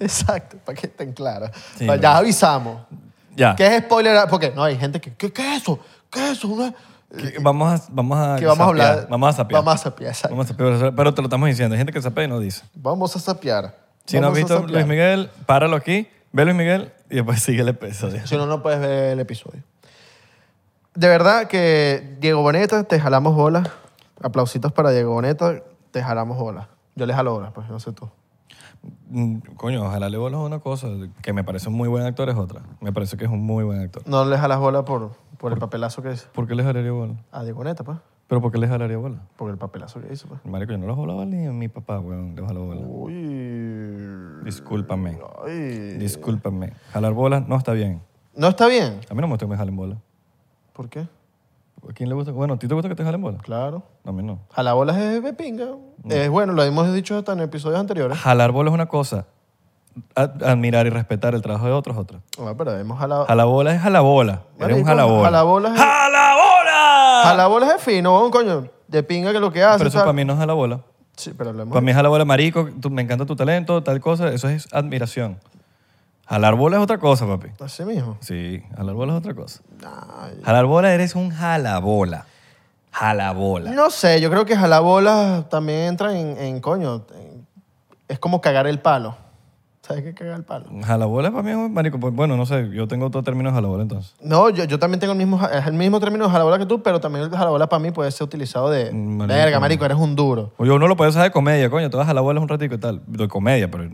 B: Exacto, para que estén claros.
A: Sí, Ah.
B: Pero ya avisamos.
A: ya.
B: ¿Qué es spoiler? alert? Porque no hay gente que, ¿qué, qué es eso? ¿Qué es eso? Una-
A: Que Vamos a, vamos a
B: Que vamos a
A: sapear,
B: hablar.
A: Vamos a sapear.
B: Vamos a sapear, exacto.
A: Vamos a sapear, pero te lo estamos diciendo. Hay gente que sapea y no dice.
B: Vamos a sapear.
A: Si no has
B: Vamos a
A: visto
B: sapear.
A: Luis Miguel, páralo (laughs) aquí, ve Luis Miguel y después sigue el episodio.
B: Si no, no puedes ver el episodio. De verdad que Diego Boneta, te jalamos bolas. Aplausitos para Diego Boneta, te jalamos bolas. Yo le jalo bolas, pues no sé tú.
A: Mm, Coño, ojalá le bolas una cosa. Que me parece un muy buen actor es otra. Me parece que es un muy buen actor.
B: No le jalas bolas por, por el papelazo que hizo.
A: ¿Por qué le jalaría bola?
B: A Diego Boneta, pues.
A: ¿Pero por qué le jalaría bola?
B: Por el papelazo que hizo, pues.
A: Marico, yo no le jalo bola ni a mi papá, weón. Le jalo bola.
B: Uy.
A: Discúlpame.
B: Ay.
A: Discúlpame. Jalar bolas no está bien.
B: No está bien.
A: A mí no me gusta que me jalen bola.
B: ¿Por qué?
A: ¿A quién le gusta? Bueno, ¿a ti te gusta que te jalen bola?
B: Claro.
A: No, a mí no.
B: Jalabolas es de pinga.
A: Mm.
B: Es bueno, lo hemos dicho hasta en episodios anteriores.
A: Jalar bola es una cosa. Ad- admirar y respetar el trabajo de otros es otra.
B: Ah, pero hemos jalado.
A: Jalabola es jalabola. Eres un
B: Marico,
A: jalabola.
B: jalabolas es-
A: ¡Jalabola!
B: Jalabolas es fino, weón, coño. De pinga que lo que hace.
A: Pero eso
B: tal.
A: para mí no es jalabola.
B: Sí, pero lo hemos
A: Para mí es jalabola, marico, tú- me encanta tu talento, tal cosa. Eso es admiración. Jalar bola es otra cosa, papi.
B: Así mismo.
A: Sí, jalar bola es otra cosa.
B: Ay.
A: Jalar bola eres un jalabola. Jalabola.
B: No sé, yo creo que jalabolas también entra en, en coño. en- es como cagar el palo. ¿Sabes qué es cagar el palo?
A: Jalabola para mí es un marico. pues, Bueno, no sé, yo tengo otro término de jalabola entonces.
B: No, yo, yo también tengo el mismo, es el mismo término de jalabola que tú, pero también el jalabola para mí puede ser utilizado de.
A: Marico.
B: Verga, marico, eres un duro.
A: Oye, uno lo puede usar de comedia, coño, te vas a la bola un ratico y tal. De comedia, pero.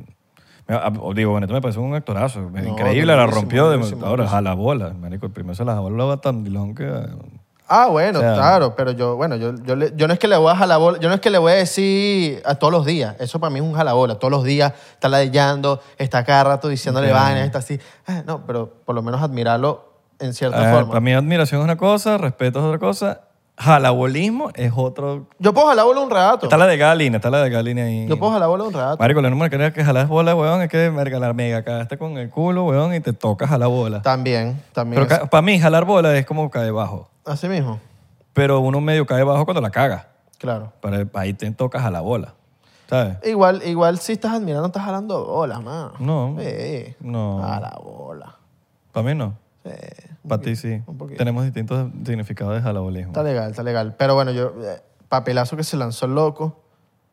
A: me- a- o Digo, bueno, esto me parece un actorazo. increíble, la
B: buenísimo,
A: rompió. De,
B: buenísimo,
A: ahora, jala bola. Marico, el primero se la jaló tan dilón que. eh,
B: Ah, bueno,
A: O sea-
B: claro, pero yo, bueno, yo, yo, le- yo no es que le voy a jalabola, yo no es que le voy a decir a todos los días. Eso para mí es un jalabola. Todos los días está ladillando, está cada rato diciéndole vainas, está así. Ah, no, pero por lo menos admirarlo en cierta forma.
A: eh, para mí, admiración es una cosa, respeto es otra cosa. Jalabolismo es otro.
B: Yo puedo jalar bola un rato.
A: Está la de Galina, está la de Galina ahí.
B: Yo puedo jalar bola un rato.
A: Marico, la número que era que jalas bola, weón, es que merga, la mega cagaste con el culo, weón, y te tocas jalar bola.
B: También, también.
A: Pero para mí, jalar bola es como caer bajo.
B: Así mismo,
A: Pero uno medio cae bajo cuando la caga.
B: claro.
A: Pero ahí te tocas a la bola. ¿Sabes?
B: Igual, igual si estás admirando, estás jalando bolas, man.
A: No.
B: Sí.
A: No.
B: A la bola.
A: Para mí no.
B: Sí.
A: Para ti sí.
B: un poquito.
A: Tenemos distintos significados de jalabolismo.
B: Está legal, está legal. Pero bueno, yo, eh, papelazo que se lanzó el loco.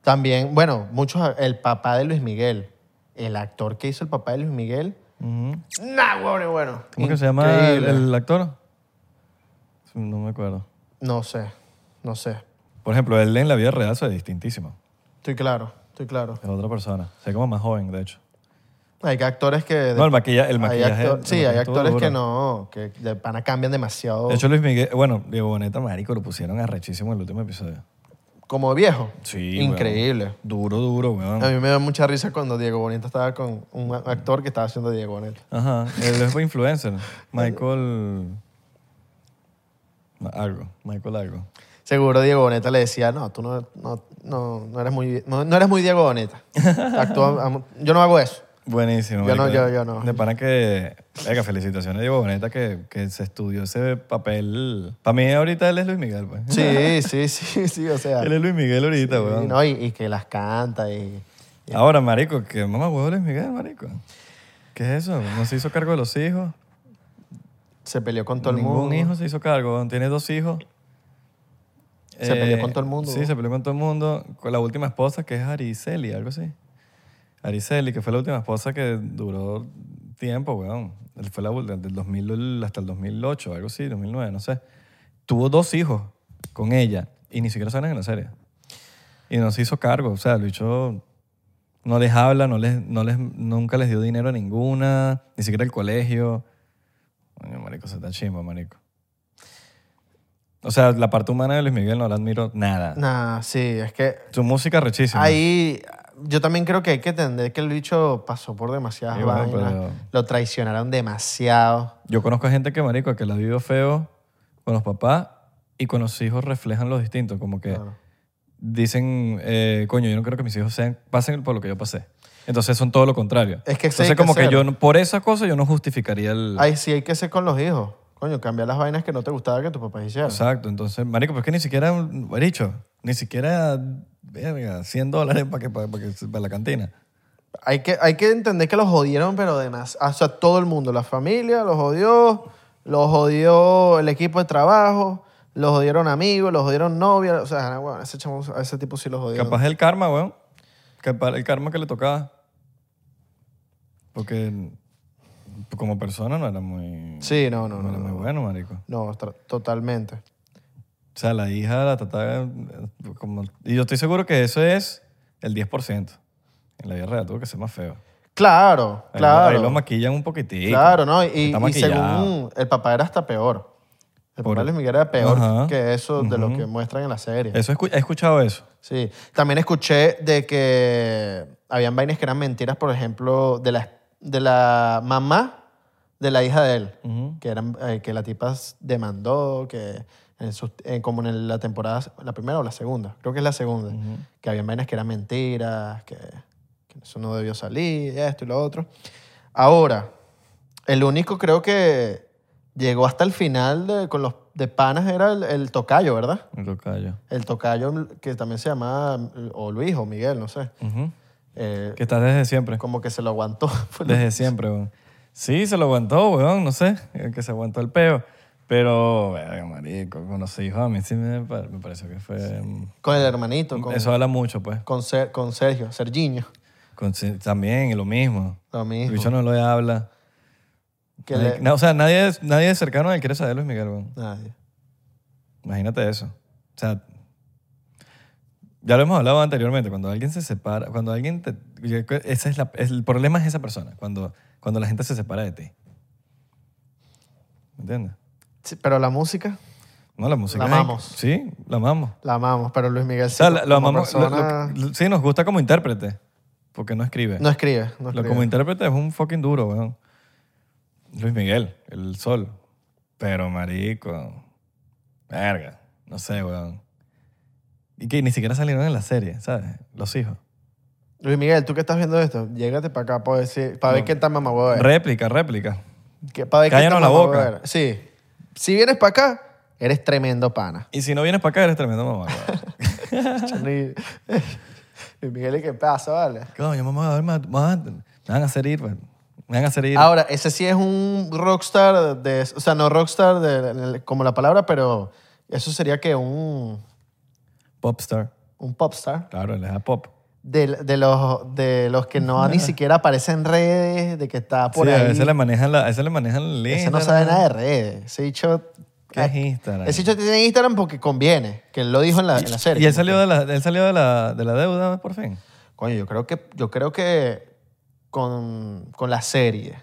B: También, bueno, muchos, el papá de Luis Miguel. El actor que hizo el papá de Luis Miguel.
A: Ujú.
B: Nah, huevón, es bueno.
A: ¿Cómo que se llama el,
B: Increíble.
A: el actor? No me acuerdo.
B: No sé, no sé.
A: Por ejemplo, él en la vida real se ve distintísimo.
B: Estoy claro, estoy claro.
A: Es otra persona. Se ve como más joven, de hecho.
B: Hay actores que...
A: No, el maquillaje- el maquillaje-
B: Hay actor-
A: el
B: sí, hay
A: maquillaje
B: actores
A: estuvo
B: que
A: duro.
B: no, que de pana cambian demasiado.
A: De hecho, Luis Miguel, bueno, Diego Boneta, marico, lo pusieron arrechísimo en el último episodio.
B: como viejo.
A: Sí,
B: Increíble.
A: weón. Duro, duro,
B: A
A: weón.
B: mí me da mucha risa cuando Diego Boneta estaba con un actor que estaba haciendo Diego Boneta.
A: Ajá. Él es
B: (laughs)
A: influencer. Michael... Algo. Michael algo.
B: Seguro Diego Boneta le decía, no, tú no, no, no, no eres, muy, no, no eres muy Diego Boneta. Actúa- am- yo no hago eso.
A: Buenísimo.
B: Yo no,
A: marico.
B: yo- yo no.
A: De pana que... Venga, felicitaciones a Diego Boneta que, que se estudió ese papel. Para mí ahorita él es Luis Miguel, pues.
B: Sí, sí, (laughs) sí, sí, o sea.
A: Él es Luis Miguel ahorita,
B: Y,
A: weón.
B: no, y, y que las canta y...
A: Ahora, marico, que mamá huevo Luis Miguel, marico. ¿Qué es eso? No se hizo cargo de los hijos.
B: Se peleó con todo el
A: Ningún
B: mundo.
A: hijo se hizo cargo. weón. Tiene dos hijos. Eh,
B: Se peleó con todo el mundo,
A: Sí,
B: weón.
A: se peleó con todo el mundo. Con la última esposa, que es Ariceli, algo así. Ariceli, que fue la última esposa que duró tiempo, weón. Él Fue la, ul- del 2000 al- hasta el 2008, algo así, 2009, no sé. Tuvo dos hijos con ella y ni siquiera salen en la serie. Y no se hizo cargo. O sea, el bicho no les habla, no les, no les, nunca les dio dinero a ninguna, ni siquiera el colegio. Coño, marico, se está chimba, marico. O sea, la parte humana de Luis Miguel no la admiro nada.
B: Nah, sí, es que
A: Su música es rechísima.
B: ahí... Yo también creo que hay que entender que el bicho pasó por demasiadas
A: Sí, bueno,
B: vainas.
A: pero-
B: Lo traicionaron demasiado.
A: Yo conozco gente que, marico, que la vivió feo con los papás y con los hijos reflejan lo distinto. Como que
B: Claro.
A: dicen, eh, coño, yo no creo que mis hijos sean, pasen por lo que yo pasé. Entonces son todo lo contrario.
B: Es que sí
A: Entonces
B: hay que
A: como que
B: ser.
A: yo, no- por esas cosas yo no justificaría el...
B: Ay, sí, hay que ser con los hijos. Coño, cambiar las vainas que no te gustaba que tu papá hiciera.
A: Exacto, entonces, marico, pero es que ni siquiera, dicho, ni siquiera, verga, 100 dólares para que, para, que, para la cantina.
B: hay, que, hay que entender que los jodieron, pero de más. O sea, todo el mundo, la familia, los jodió, los jodió el equipo de trabajo, los jodieron amigos, los jodieron novias. O sea, bueno, ese chamo- a ese tipo sí los jodieron.
A: Capaz el karma, weón. Capaz el karma que le tocaba. Porque como persona no era muy,
B: Sí, no, no,
A: no
B: no.
A: era muy
B: No,
A: bueno, marico.
B: no tra- totalmente.
A: O sea, la hija la trataba eh, como... Y yo estoy seguro que eso es el 10%. En la vida real tuvo que ser más feo.
B: Claro,
A: Ahí lo- Ahí lo
B: claro.
A: maquillan un poquitito.
B: Claro, ¿no? Y,
A: Está
B: y
A: maquillado.
B: según el papá era hasta peor. El
A: Por-
B: papá de Luis Miguel era peor
A: Ajá.
B: que eso de lo que muestran en la serie.
A: Eso escu- he escuchado eso.
B: Sí, también escuché de que habían vainas que eran mentiras, por ejemplo, de la, de la mamá de la hija de él, que, eran, eh, que la tipa s- demandó, que en sus- eh, como en el- la temporada, la primera o la segunda, creo que es la segunda, que habían vainas que eran mentiras, que, que eso no debió salir, esto y lo otro. Ahora, el único creo que llegó hasta el final de, con los de panas era el- el tocayo, ¿verdad?
A: Me lo callo.
B: El tocayo, que también se llamaba o Luis o Miguel, no sé.
A: Ujú.
B: Eh,
A: Que estás desde siempre.
B: como que se lo aguantó. (laughs) Fue lo-
A: Desde siempre, weón. Sí, se lo aguantó, weón, no sé, el que se aguantó el peo. Pero, verga, marico, con los hijos a mí sí me, pa- me pareció que fue... mm,
B: con el hermanito, con,
A: Eso habla mucho, pues.
B: con, Ser- con Sergio, Sergiño.
A: Con- sí, también, lo mismo.
B: Lo
A: El
B: mismo.
A: bicho no lo habla.
B: Que
A: Nadie-
B: le-
A: no, o sea, nadie, nadie cercano a él quiere saber de Luis Miguel, weón.
B: Nadie.
A: Imagínate eso. O sea, ya lo hemos hablado anteriormente, cuando alguien se separa, cuando alguien te... Ese es la- es- el problema es esa persona, cuando, cuando la gente se separa de ti. ¿Me entiendes?
B: Sí, pero la música,
A: No, la música.
B: La
A: es-
B: amamos.
A: Sí, la amamos.
B: la amamos, pero Luis Miguel
A: O
B: sí,
A: sea, la- lo
B: como
A: amamos. lo- lo-
B: persona-
A: lo- sí, nos gusta como intérprete, porque no escribe.
B: no escribe. No
A: Lo-
B: escribe.
A: como intérprete es un fucking duro, weón. Luis Miguel, el sol. Pero, marico. Verga. No sé, weón. Y que ni siquiera salieron en la serie, ¿sabes? Los hijos.
B: Luis Miguel, tú que estás viendo esto, llégate para acá para, decir, para ver qué tal mamá voy a ver.
A: Réplica, réplica.
B: Que- Para ver qué
A: Cállanos
B: tal
A: la
B: mamá
A: boca.
B: voy a ver. Sí. Si vienes para acá, eres
A: (laughs)
B: tremendo pana.
A: Y si no vienes para acá, eres tremendo mamá.
B: (laughs)
A: weón.
B: Luis Miguel, ¿y qué pasa, vale?
A: Coño, mamá, a ver, ma- ma- me van a hacer ir, weón. Me van a hacer ir.
B: Ahora, ese sí es un rockstar, de, o sea, no rockstar de- como la palabra, pero eso sería que un,
A: Popstar.
B: un popstar.
A: Claro, él es a pop.
B: De, de, los, de los que no ni siquiera aparecen en redes, de que está por
A: sí, a
B: ahí.
A: veces le manejan la, a veces le manejan el
B: Ese no
A: Instagram.
B: sabe nada de redes. Ese dicho, ah,
A: ¿Qué es Instagram?
B: ese dicho tiene Instagram porque conviene, que él lo dijo en la, en la serie.
A: Y él salió de la, él salió de la, de la deuda por fin.
B: Coño, yo creo que, yo creo que con, con la serie,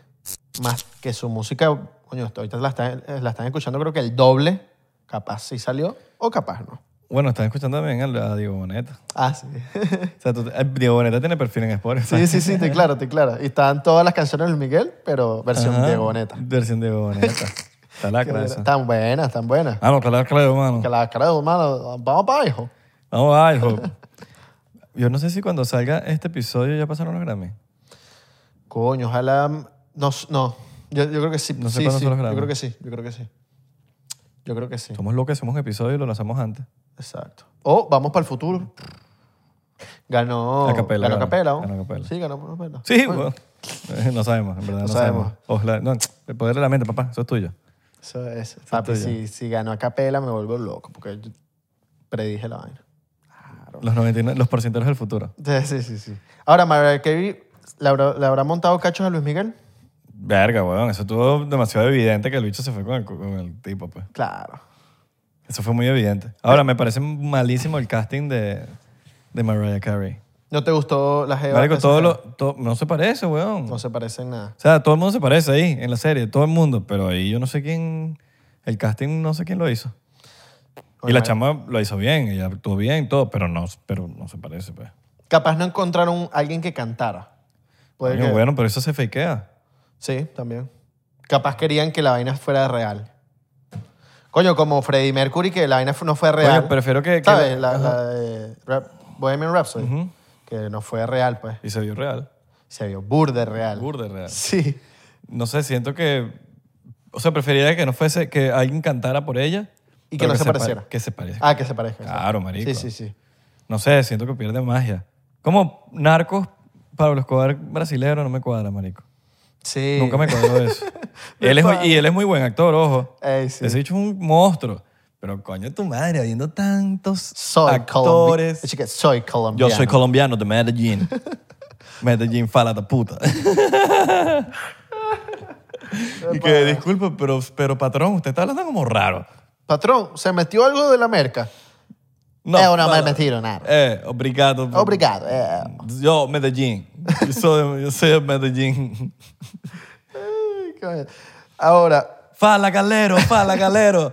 B: más que su música, coño, ahorita la están, eh, la están escuchando creo que el doble, capaz sí salió o capaz no.
A: Bueno, están escuchando también a, a Diego Boneta.
B: Ah, sí.
A: O sea, tú- eh, Diego Boneta tiene perfil en Spotify.
B: (laughs) sí, sí, sí, te claro, te claro. Y están todas las canciones de Luis Miguel, pero versión
A: Ajá,
B: Diego Boneta.
A: Versión Diego Boneta. Está lacra eso.
B: Están buenas, están buenas.
A: Ah, no, claro, claro, mano.
B: Que la cara de humano, vamos para hijo.
A: Vamos a hijo. Yo no sé si cuando salga este episodio ya pasaron los Grammy.
B: Coño, ojalá. No, s- no. Yo, yo creo que sí.
A: No sé
B: sí,
A: cuándo
B: sí.
A: son los
B: Yo
A: Grammy.
B: creo que sí, yo creo que sí. Yo creo que sí.
A: Somos locos, somos un episodio y lo lanzamos antes.
B: Exacto. O vamos para el futuro. Ganó.
A: A capela,
B: Ganó
A: ganó.
B: capela. ¿no?
A: Ganó a capela.
B: Sí, ganó por capela.
A: Sí,
B: Coño,
A: bueno. Eh, no sabemos, en verdad. No,
B: sabemos.
A: sabemos. Ojalá- no, el poder de la mente, papá, eso es tuyo.
B: Eso es. Papi,
A: tuyo.
B: si, si ganó a capela me vuelvo loco porque yo predije la vaina. Claro.
A: Los 99, los porcenteros del futuro.
B: Sí, sí, sí. sí. Ahora, Mariah Carey, ¿le habrá, le habrá montado cachos a Luis Miguel?
A: Verga, weón. Eso estuvo demasiado evidente que el bicho se fue con el, con el tipo, pues.
B: Claro.
A: Eso fue muy evidente. Ahora, me parece malísimo el casting de, de Mariah Carey.
B: ¿No te gustó la jeva?
A: Marico,
B: que
A: todo
B: se-
A: lo, to- no se parece, weón.
B: No se parecen nada.
A: O sea, todo el mundo se parece ahí, en la serie, todo el mundo. Pero ahí yo no sé quién, el casting no sé quién lo hizo. Y
B: Coño,
A: la
B: Mariah-
A: chama lo hizo bien, ella actuó bien, todo, pero no, pero no se parece, pues.
B: Capaz no encontraron alguien que cantara. Puede
A: Coño,
B: que-
A: bueno, pero eso se fakea.
B: Sí, también. Capaz querían que la vaina fuera real. Coño, como Freddie Mercury, que la vaina fu- no fue real.
A: Coño, prefiero que... que-
B: ¿Sabes? La,
A: Ajá.
B: la de Rap- Bohemian Rhapsody.
A: Ujú.
B: Que no fue real, pues.
A: Y se vio real.
B: Se vio burde real.
A: Burda real.
B: Sí.
A: No sé, siento que... O sea, preferiría que no fuese, que alguien cantara por ella.
B: Y que
A: pero
B: no se
A: pa-
B: pareciera.
A: Que se parezca.
B: Ah, que se parezca.
A: Claro, marico.
B: Sí, sí, sí.
A: No sé, siento que pierde magia. Como narcos, Pablo Escobar brasilero no me cuadra, marico.
B: Sí.
A: Nunca me cuadró
B: (laughs)
A: eso. él es, y él es muy buen actor, ojo.
B: Ey, sí.
A: Ese bicho es un monstruo. Pero coño, tu madre, habiendo tantos
B: Soy
A: actores.
B: colombi- Chica, soy
A: Yo
B: colombiano.
A: soy colombiano de
B: (laughs)
A: Medellín. Medellín, fala de puta. y que disculpe, pero, pero patrón, usted está hablando como raro.
B: Patrón, ¿se metió algo de la merca?
A: No,
B: Eh, una
A: no,
B: me
A: no.
B: metieron, nada.
A: Eh, obrigado.
B: Obrigado. eh.
A: Yo, Medellín. Yo soy, yo soy de Medellín.
B: Ay, coño. Ahora,
A: Fala, galero, fala, galero.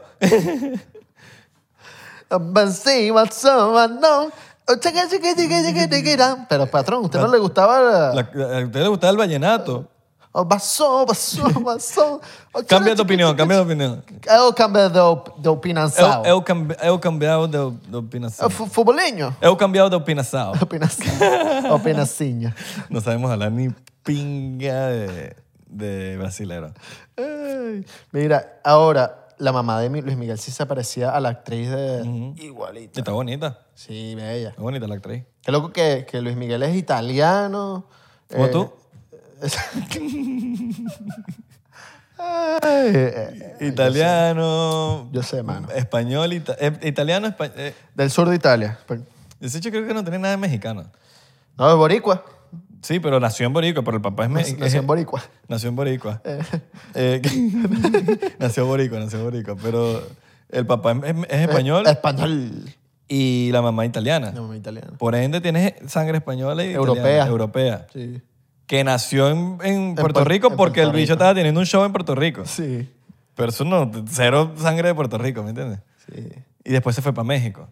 B: sí, what's up, I know. Oh, chica, chica, chica, chica, chiquita. Pero patrón, ¿usted no le gustaba la-
A: La- ¿A usted le gustaba el vallenato?
B: Oh, Pasó, pasó, pasó. Oh,
A: Cambia de
B: chica,
A: opinión,
B: chica,
A: cambia de opinión.
B: chica. Eu cambio de, op de opinação.
A: Eu, eu, cambi- eu cambiado de, de opinação.
B: Eh, fu- Futboleño. (laughs)
A: Eu cambiado de opinação.
B: Opinação. Opinacinha.
A: No sabemos hablar ni pinga de, de brasilero.
B: Ay, Mira, ahora, la mamá de mi- Luis Miguel sí se parecía a la actriz de...
A: Y
B: Igualita.
A: Está bonita,
B: Sí, bella.
A: está bonita la actriz.
B: Qué loco que, que Luis Miguel es italiano.
A: ¿Como
B: eh,
A: tú?
B: ay, eh, eh,
A: Italiano.
B: yo sé, mano.
A: Español, ita- eh, italiano, español.
B: Del sur de Italia. pues.
A: ese chico creo que no tiene nada de mexicano.
B: No, es boricua.
A: Sí, pero nació en Boricua, pero el papá es mexicano.
B: Nació en boricua.
A: Nació en Boricua. Eh, (laughs) nació Boricua, nació Boricua. Pero el papá es, es español
B: Eh, Español.
A: y la mamá italiana.
B: No, italiano.
A: Por ende, tienes sangre española y
B: Europea.
A: italiana, europea.
B: Sí.
A: Que nació en, en Puerto
B: Puer-
A: Rico
B: en
A: porque
B: Puerto
A: el bicho
B: Rico.
A: estaba teniendo un show en Puerto Rico.
B: Sí.
A: Pero eso no, cero sangre de Puerto Rico, ¿me entiendes?
B: Sí.
A: Y después se fue para México.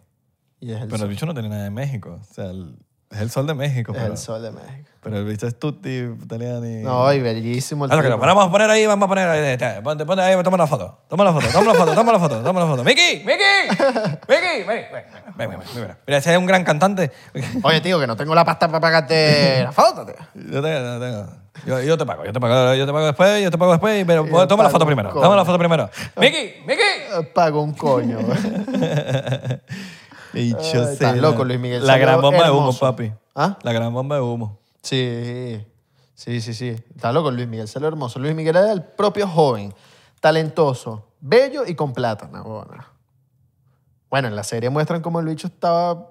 B: Y es el,
A: Pero el bicho no tiene nada de México. O sea, el- es el sol de México.
B: sol, es
A: Pero,
B: el sol de México.
A: pero el bicho es tutti italiano y...
B: No, y bellísimo el
A: Ah, lo que lo
B: tipo.
A: ponemos, vamos a poner ahí, vamos a poner ahí. Este, Ponte, ponte ahí, toma la foto. Toma la foto, toma la foto, toma la foto, toma la foto. ¡Miki! ¡Miki! ¡Miki! ¡Ven, ven, ven, ven, ven, ven! Mira, ese es un gran cantante.
B: Oye, tío, que no tengo la pasta para pagarte la foto, tío.
A: Yo te, yo te- yo- yo te pago, yo te pago, yo te pago después, yo te pago después, pero
B: Yo
A: toma la
B: pago
A: foto
B: un
A: primero,
B: coño.
A: toma la foto primero. ¡Miki! ¡Miki!
B: Eh, Pago un coño. güey.
A: Bicho,
B: Ay, estás
A: sí,
B: loco,
A: la-
B: Luis Miguel,
A: La
B: salió
A: gran bomba de humo,
B: hermoso.
A: papi.
B: ¿Ah?
A: La gran bomba de humo.
B: sí. Sí, sí, sí. Está loco Luis Miguel, se lo hermoso. Luis Miguel era el propio joven, talentoso, bello y con plátano. huevona. Bueno, en la serie muestran cómo el bicho estaba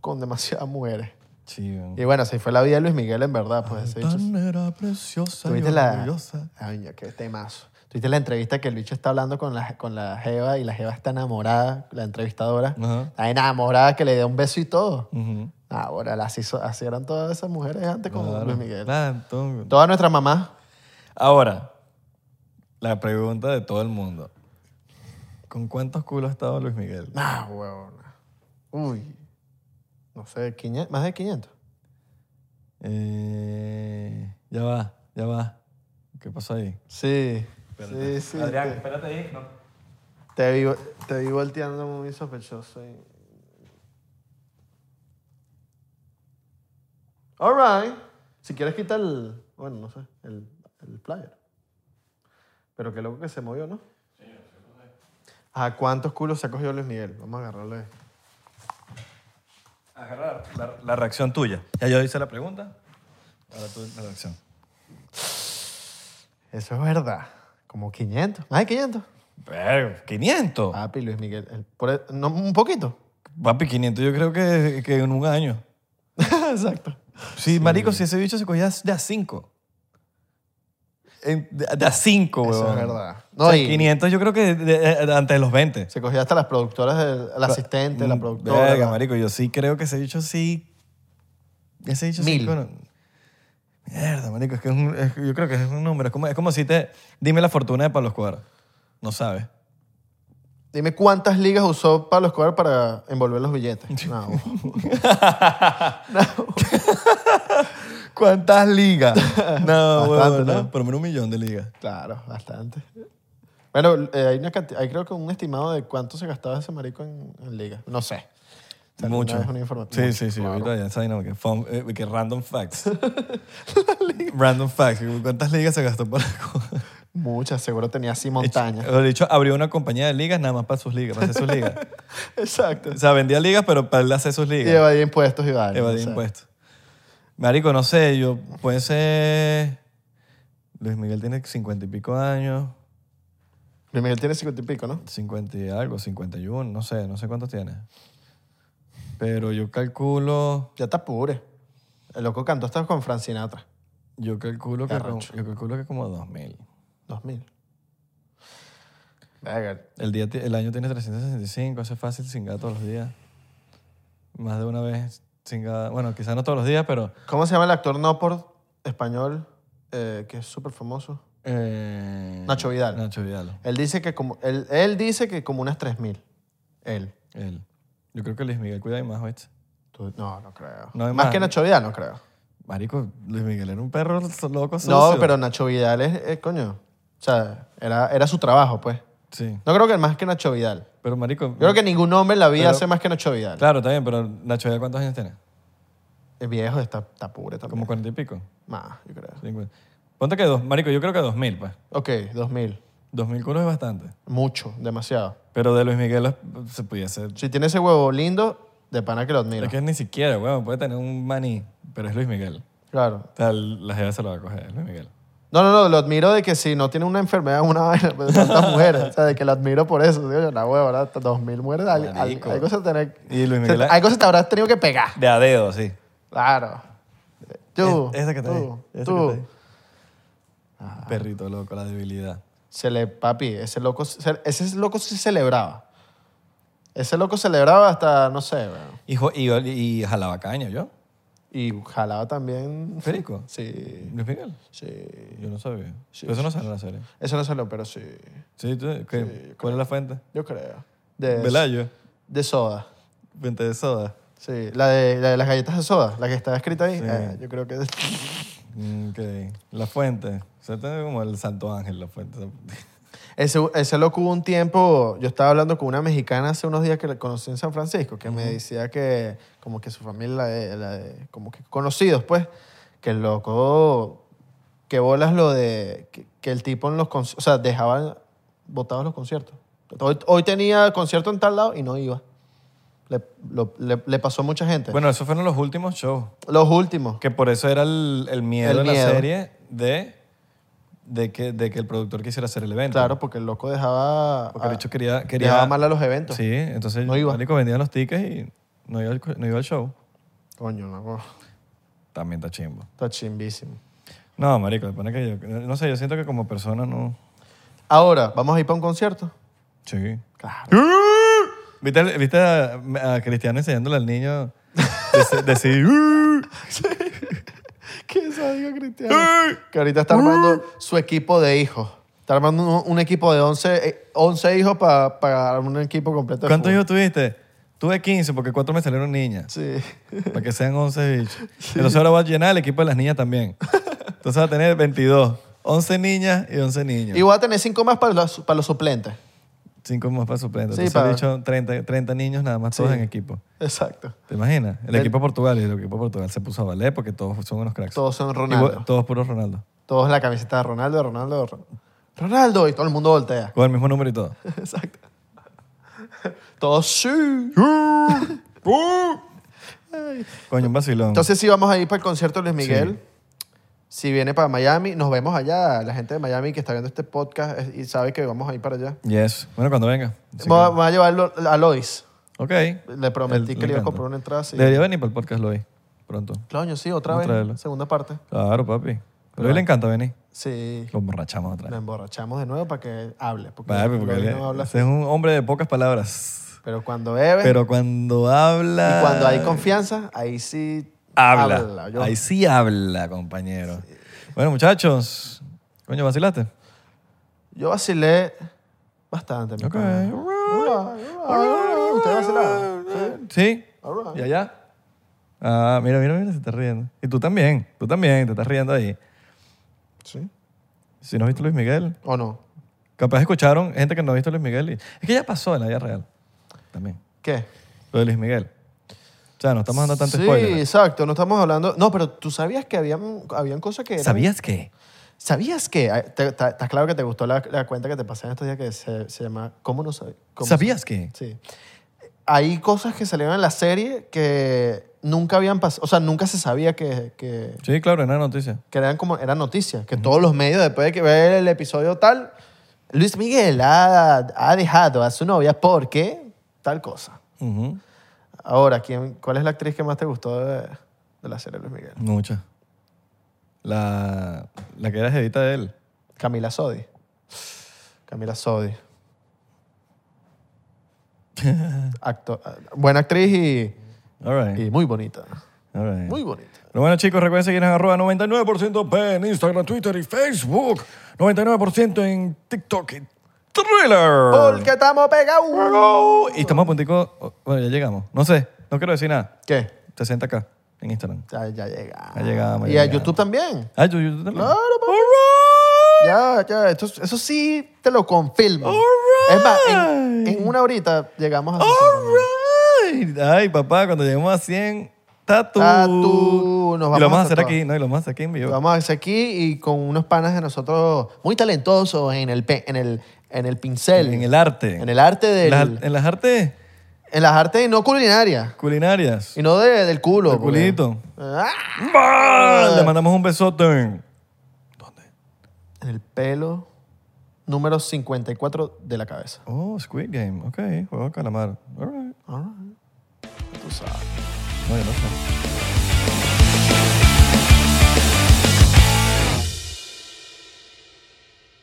B: con demasiadas mujeres.
A: Sí, weón.
B: Y bueno, así fue la vida de Luis Miguel, en verdad, pues ese bicho.
A: Era preciosa y
B: Tuviste la.
A: orgullosa.
B: Coño, qué temazo. Tuviste la entrevista que el bicho está hablando con la, con la Jeva y la Jeva está enamorada, la entrevistadora.
A: Ajá.
B: Está enamorada que le dé un beso y todo.
A: Ujú.
B: Ahora, así, so- así eran todas esas mujeres antes como
A: Claro.
B: Luis Miguel.
A: Claro, entonces-
B: Todas nuestras mamás.
A: Ahora, la pregunta de todo el mundo. ¿Con cuántos culos ha estado Luis Miguel?
B: Ah, huevona. Uy. No sé, 500, más de 500.
A: Eh, ya va, ya va. ¿Qué pasó ahí?
B: Sí. Sí, sí. Te,
A: espérate ahí.
B: te vi, te vi volteando muy sospechoso. y- All right. Si quieres quitar el... Bueno, no sé. El, el player. Pero qué loco que se movió, ¿no? ¿A cuántos culos se ha cogido Luis Miguel? Vamos a agarrarle.
A: Agarrar la, la reacción tuya. Ya yo hice la pregunta. Ahora tú la reacción.
B: Eso es verdad. Como 500. Más de 500.
A: Pero, 500.
B: Papi, Luis Miguel. el- por el- no, un poquito. (laughs)
A: Papi, 500 yo creo que, que en un año.
B: Exacto.
A: Sí, marico, si ese bicho se cogía de a 5. De de a 5, weón.
B: Eso es verdad.
A: No,
B: No,
A: o sea,
B: y
A: 500 yo creo que de- de- de- antes de los 20.
B: se cogió hasta las productoras, del- el asistente, la
A: Mm,
B: productora.
A: Verga,
B: la-
A: marico, yo sí creo que ese bicho sí. Ese bicho sí.
B: Mil.
A: cono- Mierda, marico, es que es un- es- yo creo que es un número. Es como, es como si te. Dime la fortuna de Pablo Escobar. No sabes.
B: Dime cuántas ligas usó Pablo Escobar para envolver los billetes. No.
A: ¿Cuántas ligas? (laughs) No,
B: Bastante,
A: huevón, ¿no?
B: ¿no?
A: Por lo menos un millón de ligas.
B: claro, bastante. Bueno, eh, hay, una canti- hay creo que un estimado de cuánto se gastaba ese marico en, en ligas. No sé. Salió
A: Mucho.
B: una vez una información.
A: sí,
B: Mucho,
A: sí, sí,
B: claro.
A: ahorita ya esa dinámica. Fun- eh, que random
B: (laughs)
A: facts. random facts. ¿Cuántas ligas se gastó Pablo Escobar?
B: Muchas, seguro tenía así montañas.
A: Lo dicho, abrió una compañía de ligas nada más para sus ligas, para hacer sus ligas.
B: Exacto.
A: O sea, vendía ligas, pero para él hacer sus
B: Y
A: ligas.
B: evadía impuestos y vale.
A: Evadir impuestos. Marico, no sé, yo puede ser. Luis Miguel tiene cincuenta y pico años,
B: Luis Miguel tiene 50 y pico, ¿no?
A: cincuenta y algo, cincuenta y uno, no sé, no sé cuántos tiene. Pero yo calculo,
B: Ya te apures. El loco cantó hasta con Francinatra.
A: yo calculo que, como,
B: Arrecho.
A: yo calculo que como dos mil.
B: 2000. Verga.
A: El, día, ti- el año tiene 365, eso es fácil cingar todos los días. Más de una vez cingada. Bueno, quizás no todos los días, pero.
B: ¿Cómo se llama el actor no por español eh, que es súper famoso?
A: eh,
B: Nacho Vidal.
A: Nacho Vidal.
B: Él dice que como, él, él dice que como unas 3000. Él.
A: Él. Yo creo que Luis Miguel cuida y más, ¿oíste?
B: Tú- no, no creo.
A: No hay
B: más,
A: más.
B: que Nacho Vidal, no creo.
A: Marico, Luis Miguel era un perro loco sucio.
B: No, pero Nacho Vidal es, es, coño. O sea, era, era su trabajo, pues.
A: Sí.
B: No creo que más que Nacho Vidal.
A: Pero, Marico.
B: Yo creo que ningún hombre en la vida
A: Pero-
B: hace más que Nacho Vidal.
A: Claro, está bien, pero Nacho Vidal, ¿cuántos años tiene?
B: El viejo está, está pobre también.
A: Como cuarenta y pico.
B: Más, yo creo.
A: 50. Ponte que dos. Marico, yo creo que dos mil, pues.
B: Ok, 2000.
A: Dos mil culos es bastante.
B: Mucho, demasiado.
A: Pero de Luis Miguel eh, se pudiese.
B: Si tiene ese huevo lindo, de pana que lo admiro.
A: Es que ni siquiera, weón, puede tener un maní, pero es Luis Miguel.
B: Claro.
A: O sea, el- la jeva se lo va a coger, es Luis Miguel.
B: No, no, no, lo admiro de que si no tiene una enfermedad, una vaina, pues, de tantas mujeres. o sea, de que lo admiro por eso. Digo yo, la hueva, ¿verdad? Dos mil mujeres, al- al-
A: Marico.
B: algo, se tener-
A: Y Luis
B: se-
A: Miguel. ¿eh?
B: algo se te habrás tenido que pegar.
A: De a dedo, sí.
B: Claro. Tú,
A: Es- esa que te
B: tú,
A: di, esa
B: tú.
A: que te di. Perrito loco, la debilidad.
B: Se le, papi, ese loco, se- ese loco sí celebraba. Ese loco celebraba hasta, no sé, weón.
A: Y, jo- y, y jalaba caña, ¿yo?
B: Y jalaba también.
A: Perico.
B: Sí,
A: Luis Miguel.
B: sí.
A: Yo no sabía. Pero eso no sale en la serie.
B: Eso no salió, pero sí.
A: Sí, tú- ¿qué? ¿Cuál es la fuente?
B: Yo creo. De,
A: Velayo.
B: de soda.
A: Fuente de soda.
B: Sí, la de, la de las galletas de soda, la que está escrita ahí.
A: Sí.
B: eh, yo creo que. (laughs)
A: Mm, Ok. La fuente. O sea, tiene como el Santo Ángel, la fuente.
B: Ese, ese loco hubo un tiempo. Yo estaba hablando con una mexicana hace unos días que la conocí en San Francisco, que me decía que, como que su familia, la de- la de- como que conocidos, pues, que el loco. Que bolas lo de. Que, que el tipo en los conciertos. O sea, dejaban botados los conciertos. Hoy, hoy tenía concierto en tal lado y no iba. Le, lo- le- le pasó a mucha gente.
A: Bueno, esos fueron los últimos shows.
B: los últimos.
A: Que por eso era el, el miedo
B: El
A: de la
B: miedo.
A: serie de, de, que, de que el productor quisiera hacer el evento.
B: Claro, porque el loco dejaba.
A: Porque el
B: ah,
A: hecho quería... quería
B: Dejaba mal a los eventos.
A: Sí, entonces
B: No iba.
A: marico, vendían los tickets y no iba, al, no iba al show.
B: Coño, no.
A: También está chimbo.
B: Está chimbísimo.
A: No, marico, de pana que yo... No sé, yo siento que como persona no...
B: Ahora, ¿vamos a ir para un concierto?
A: Sí.
B: Claro.
A: ¿Viste, el- viste a, a Cristiano enseñándole al niño deci- (laughs) decir... "Uh"?
B: ¿Qué sabio, Cristiano?
A: ¿Eh?
B: que ahorita está armando su equipo de hijos. Está armando un, un equipo de 11, eh, 11 hijos para un equipo completo. de
A: ¿Cuántos
B: fútbol.
A: hijos tuviste? Tuve 15 porque cuatro me salieron niñas.
B: Sí.
A: Para que sean 11 bichos. Entonces ahora va a llenar el equipo de las niñas también. Entonces va a tener 22. 11 niñas y 11 niños.
B: Y voy a tener 5 más para los, para los suplentes.
A: Cinco más para suplentes.
B: Sí,
A: Entonces
B: para-
A: he dicho 30, 30 niños nada más todos en equipo.
B: Exacto.
A: ¿Te imaginas? El
B: Del-
A: equipo de Portugal. Y el equipo de Portugal se puso a valer porque todos son unos cracks.
B: Todos son
A: Igual-
B: Ronaldo.
A: todos puros Ronaldo.
B: Todos en la camiseta de Ronaldo, Ronaldo, Ron- Ronaldo. Y todo el mundo
A: (laughs)
B: voltea.
A: Con el mismo número y todo.
B: Exacto. Todos
A: (laughs)
B: sí. Ay.
A: Coño, un vacilón.
B: Entonces sí vamos a ir para el concierto de Luis Miguel. Si viene para Miami, nos vemos allá. La gente de Miami que está viendo este podcast es- y sabe que vamos a ir para allá.
A: Yes. Bueno, cuando venga. Así que-
B: Voy a, voy a llevarlo a Lois.
A: Ok.
B: Le prometí
A: Él-
B: que le iba a
A: encanta.
B: comprar una entrada. Sí.
A: Debería venir para el podcast hoy. Pronto.
B: Coño, sí, otra
A: Vamos a
B: vez.
A: traerlo.
B: Segunda parte.
A: Claro, papi. Pero a él le encanta venir.
B: Sí.
A: Lo emborrachamos otra vez.
B: Lo emborrachamos de nuevo para que hable. Porque,
A: Papi, porque
B: Lois
A: él-
B: no habla.
A: ese es un hombre de pocas palabras.
B: Pero cuando bebe
A: Pero cuando habla.
B: y cuando hay confianza, ahí sí
A: Habla.
B: Yo-
A: Ahí sí habla, compañero. Bueno, muchachos. Coño, vacilaste.
B: Yo vacilé bastante. mi
A: Ok.
B: pana. Alright, alright. Ustedes vacilaron.
A: Sí.
B: Sí. Alright.
A: ¿Y allá? Ah, mira, mira, mira, se está riendo. Y tú también, tú también, te estás riendo ahí.
B: ¿Sí?
A: Si no has visto Luis Miguel,
B: ¿O no?
A: capaz escucharon gente que no ha visto Luis Miguel. Y... Es que ya pasó en la vida real. También.
B: ¿Qué?
A: Lo de Luis Miguel. O sea, no estamos dando tanto
B: sí,
A: spoiler.
B: exacto. No estamos hablando... No, pero tú sabías que habían, habían cosas que... eran-
A: ¿Sabías qué?
B: ¿Sabías que? Ah, te- ta- Estás claro que te gustó la, la cuenta que te pasé en estos días que se, se llama... ¿Cómo no sabías?
A: ¿Sabías qué?
B: Sí. Hay cosas que salieron en la serie que nunca habían pasado... O sea, nunca se sabía que... que
A: Sí, claro, en la noticia.
B: que eran como eran noticias, que todos los medios después de que ver el episodio tal, Luis Miguel ha, ha dejado a su novia porque tal cosa.
A: Ujú.
B: Ahora, ¿quién, ¿cuál es la actriz que más te gustó de, de la serie Luis Miguel?
A: Muchas. La, la que era jevita de él.
B: Camila Sodi. Camila Sodi. Acto- buena actriz y,
A: All right.
B: y muy bonita.
A: All right.
B: Muy bonita.
A: Pero bueno, chicos, recuerden seguirnos en arroba 99% P en Instagram, Twitter y Facebook. 99% en TikTok y Thriller.
B: Porque estamos pegados.
A: Y estamos a puntico... Bueno, ya llegamos. No sé. No quiero decir nada.
B: ¿Qué?
A: 60 acá en Instagram.
B: Ya, ya llegamos.
A: Ya llegamos,
B: Y
A: ya
B: a
A: llegamos.
B: YouTube también.
A: Ah, yo, yo también.
B: Claro, papi. Ya, ya. Esto, eso sí te lo confirmo.
A: All
B: Es más, en,
A: right.
B: en una horita llegamos a 60.000.
A: All right. Ay, papá, cuando lleguemos a 100, tatu.
B: Tatu,
A: y
B: nos
A: lo
B: vamos
A: vamos a
B: a
A: hacer
B: tatuar.
A: aquí, ¿no? Y lo vamos a hacer aquí en vivo.
B: Lo vamos a hacer aquí y con unos panas de nosotros muy talentosos en el, pe- en el, en el pincel.
A: en el arte.
B: En el arte del...
A: En las- en las artes
B: En las artes no culinarias.
A: culinarias.
B: Y no de- del culo.
A: Del
B: porque-
A: culito.
B: Ah,
A: ¡Bah! Le mandamos un besote.
B: en el pelo número 54 de la cabeza.
A: Oh, Squid Game. Ok, juego de calamar. All right.
B: All right. Tú sabes.
A: No, ya no sé.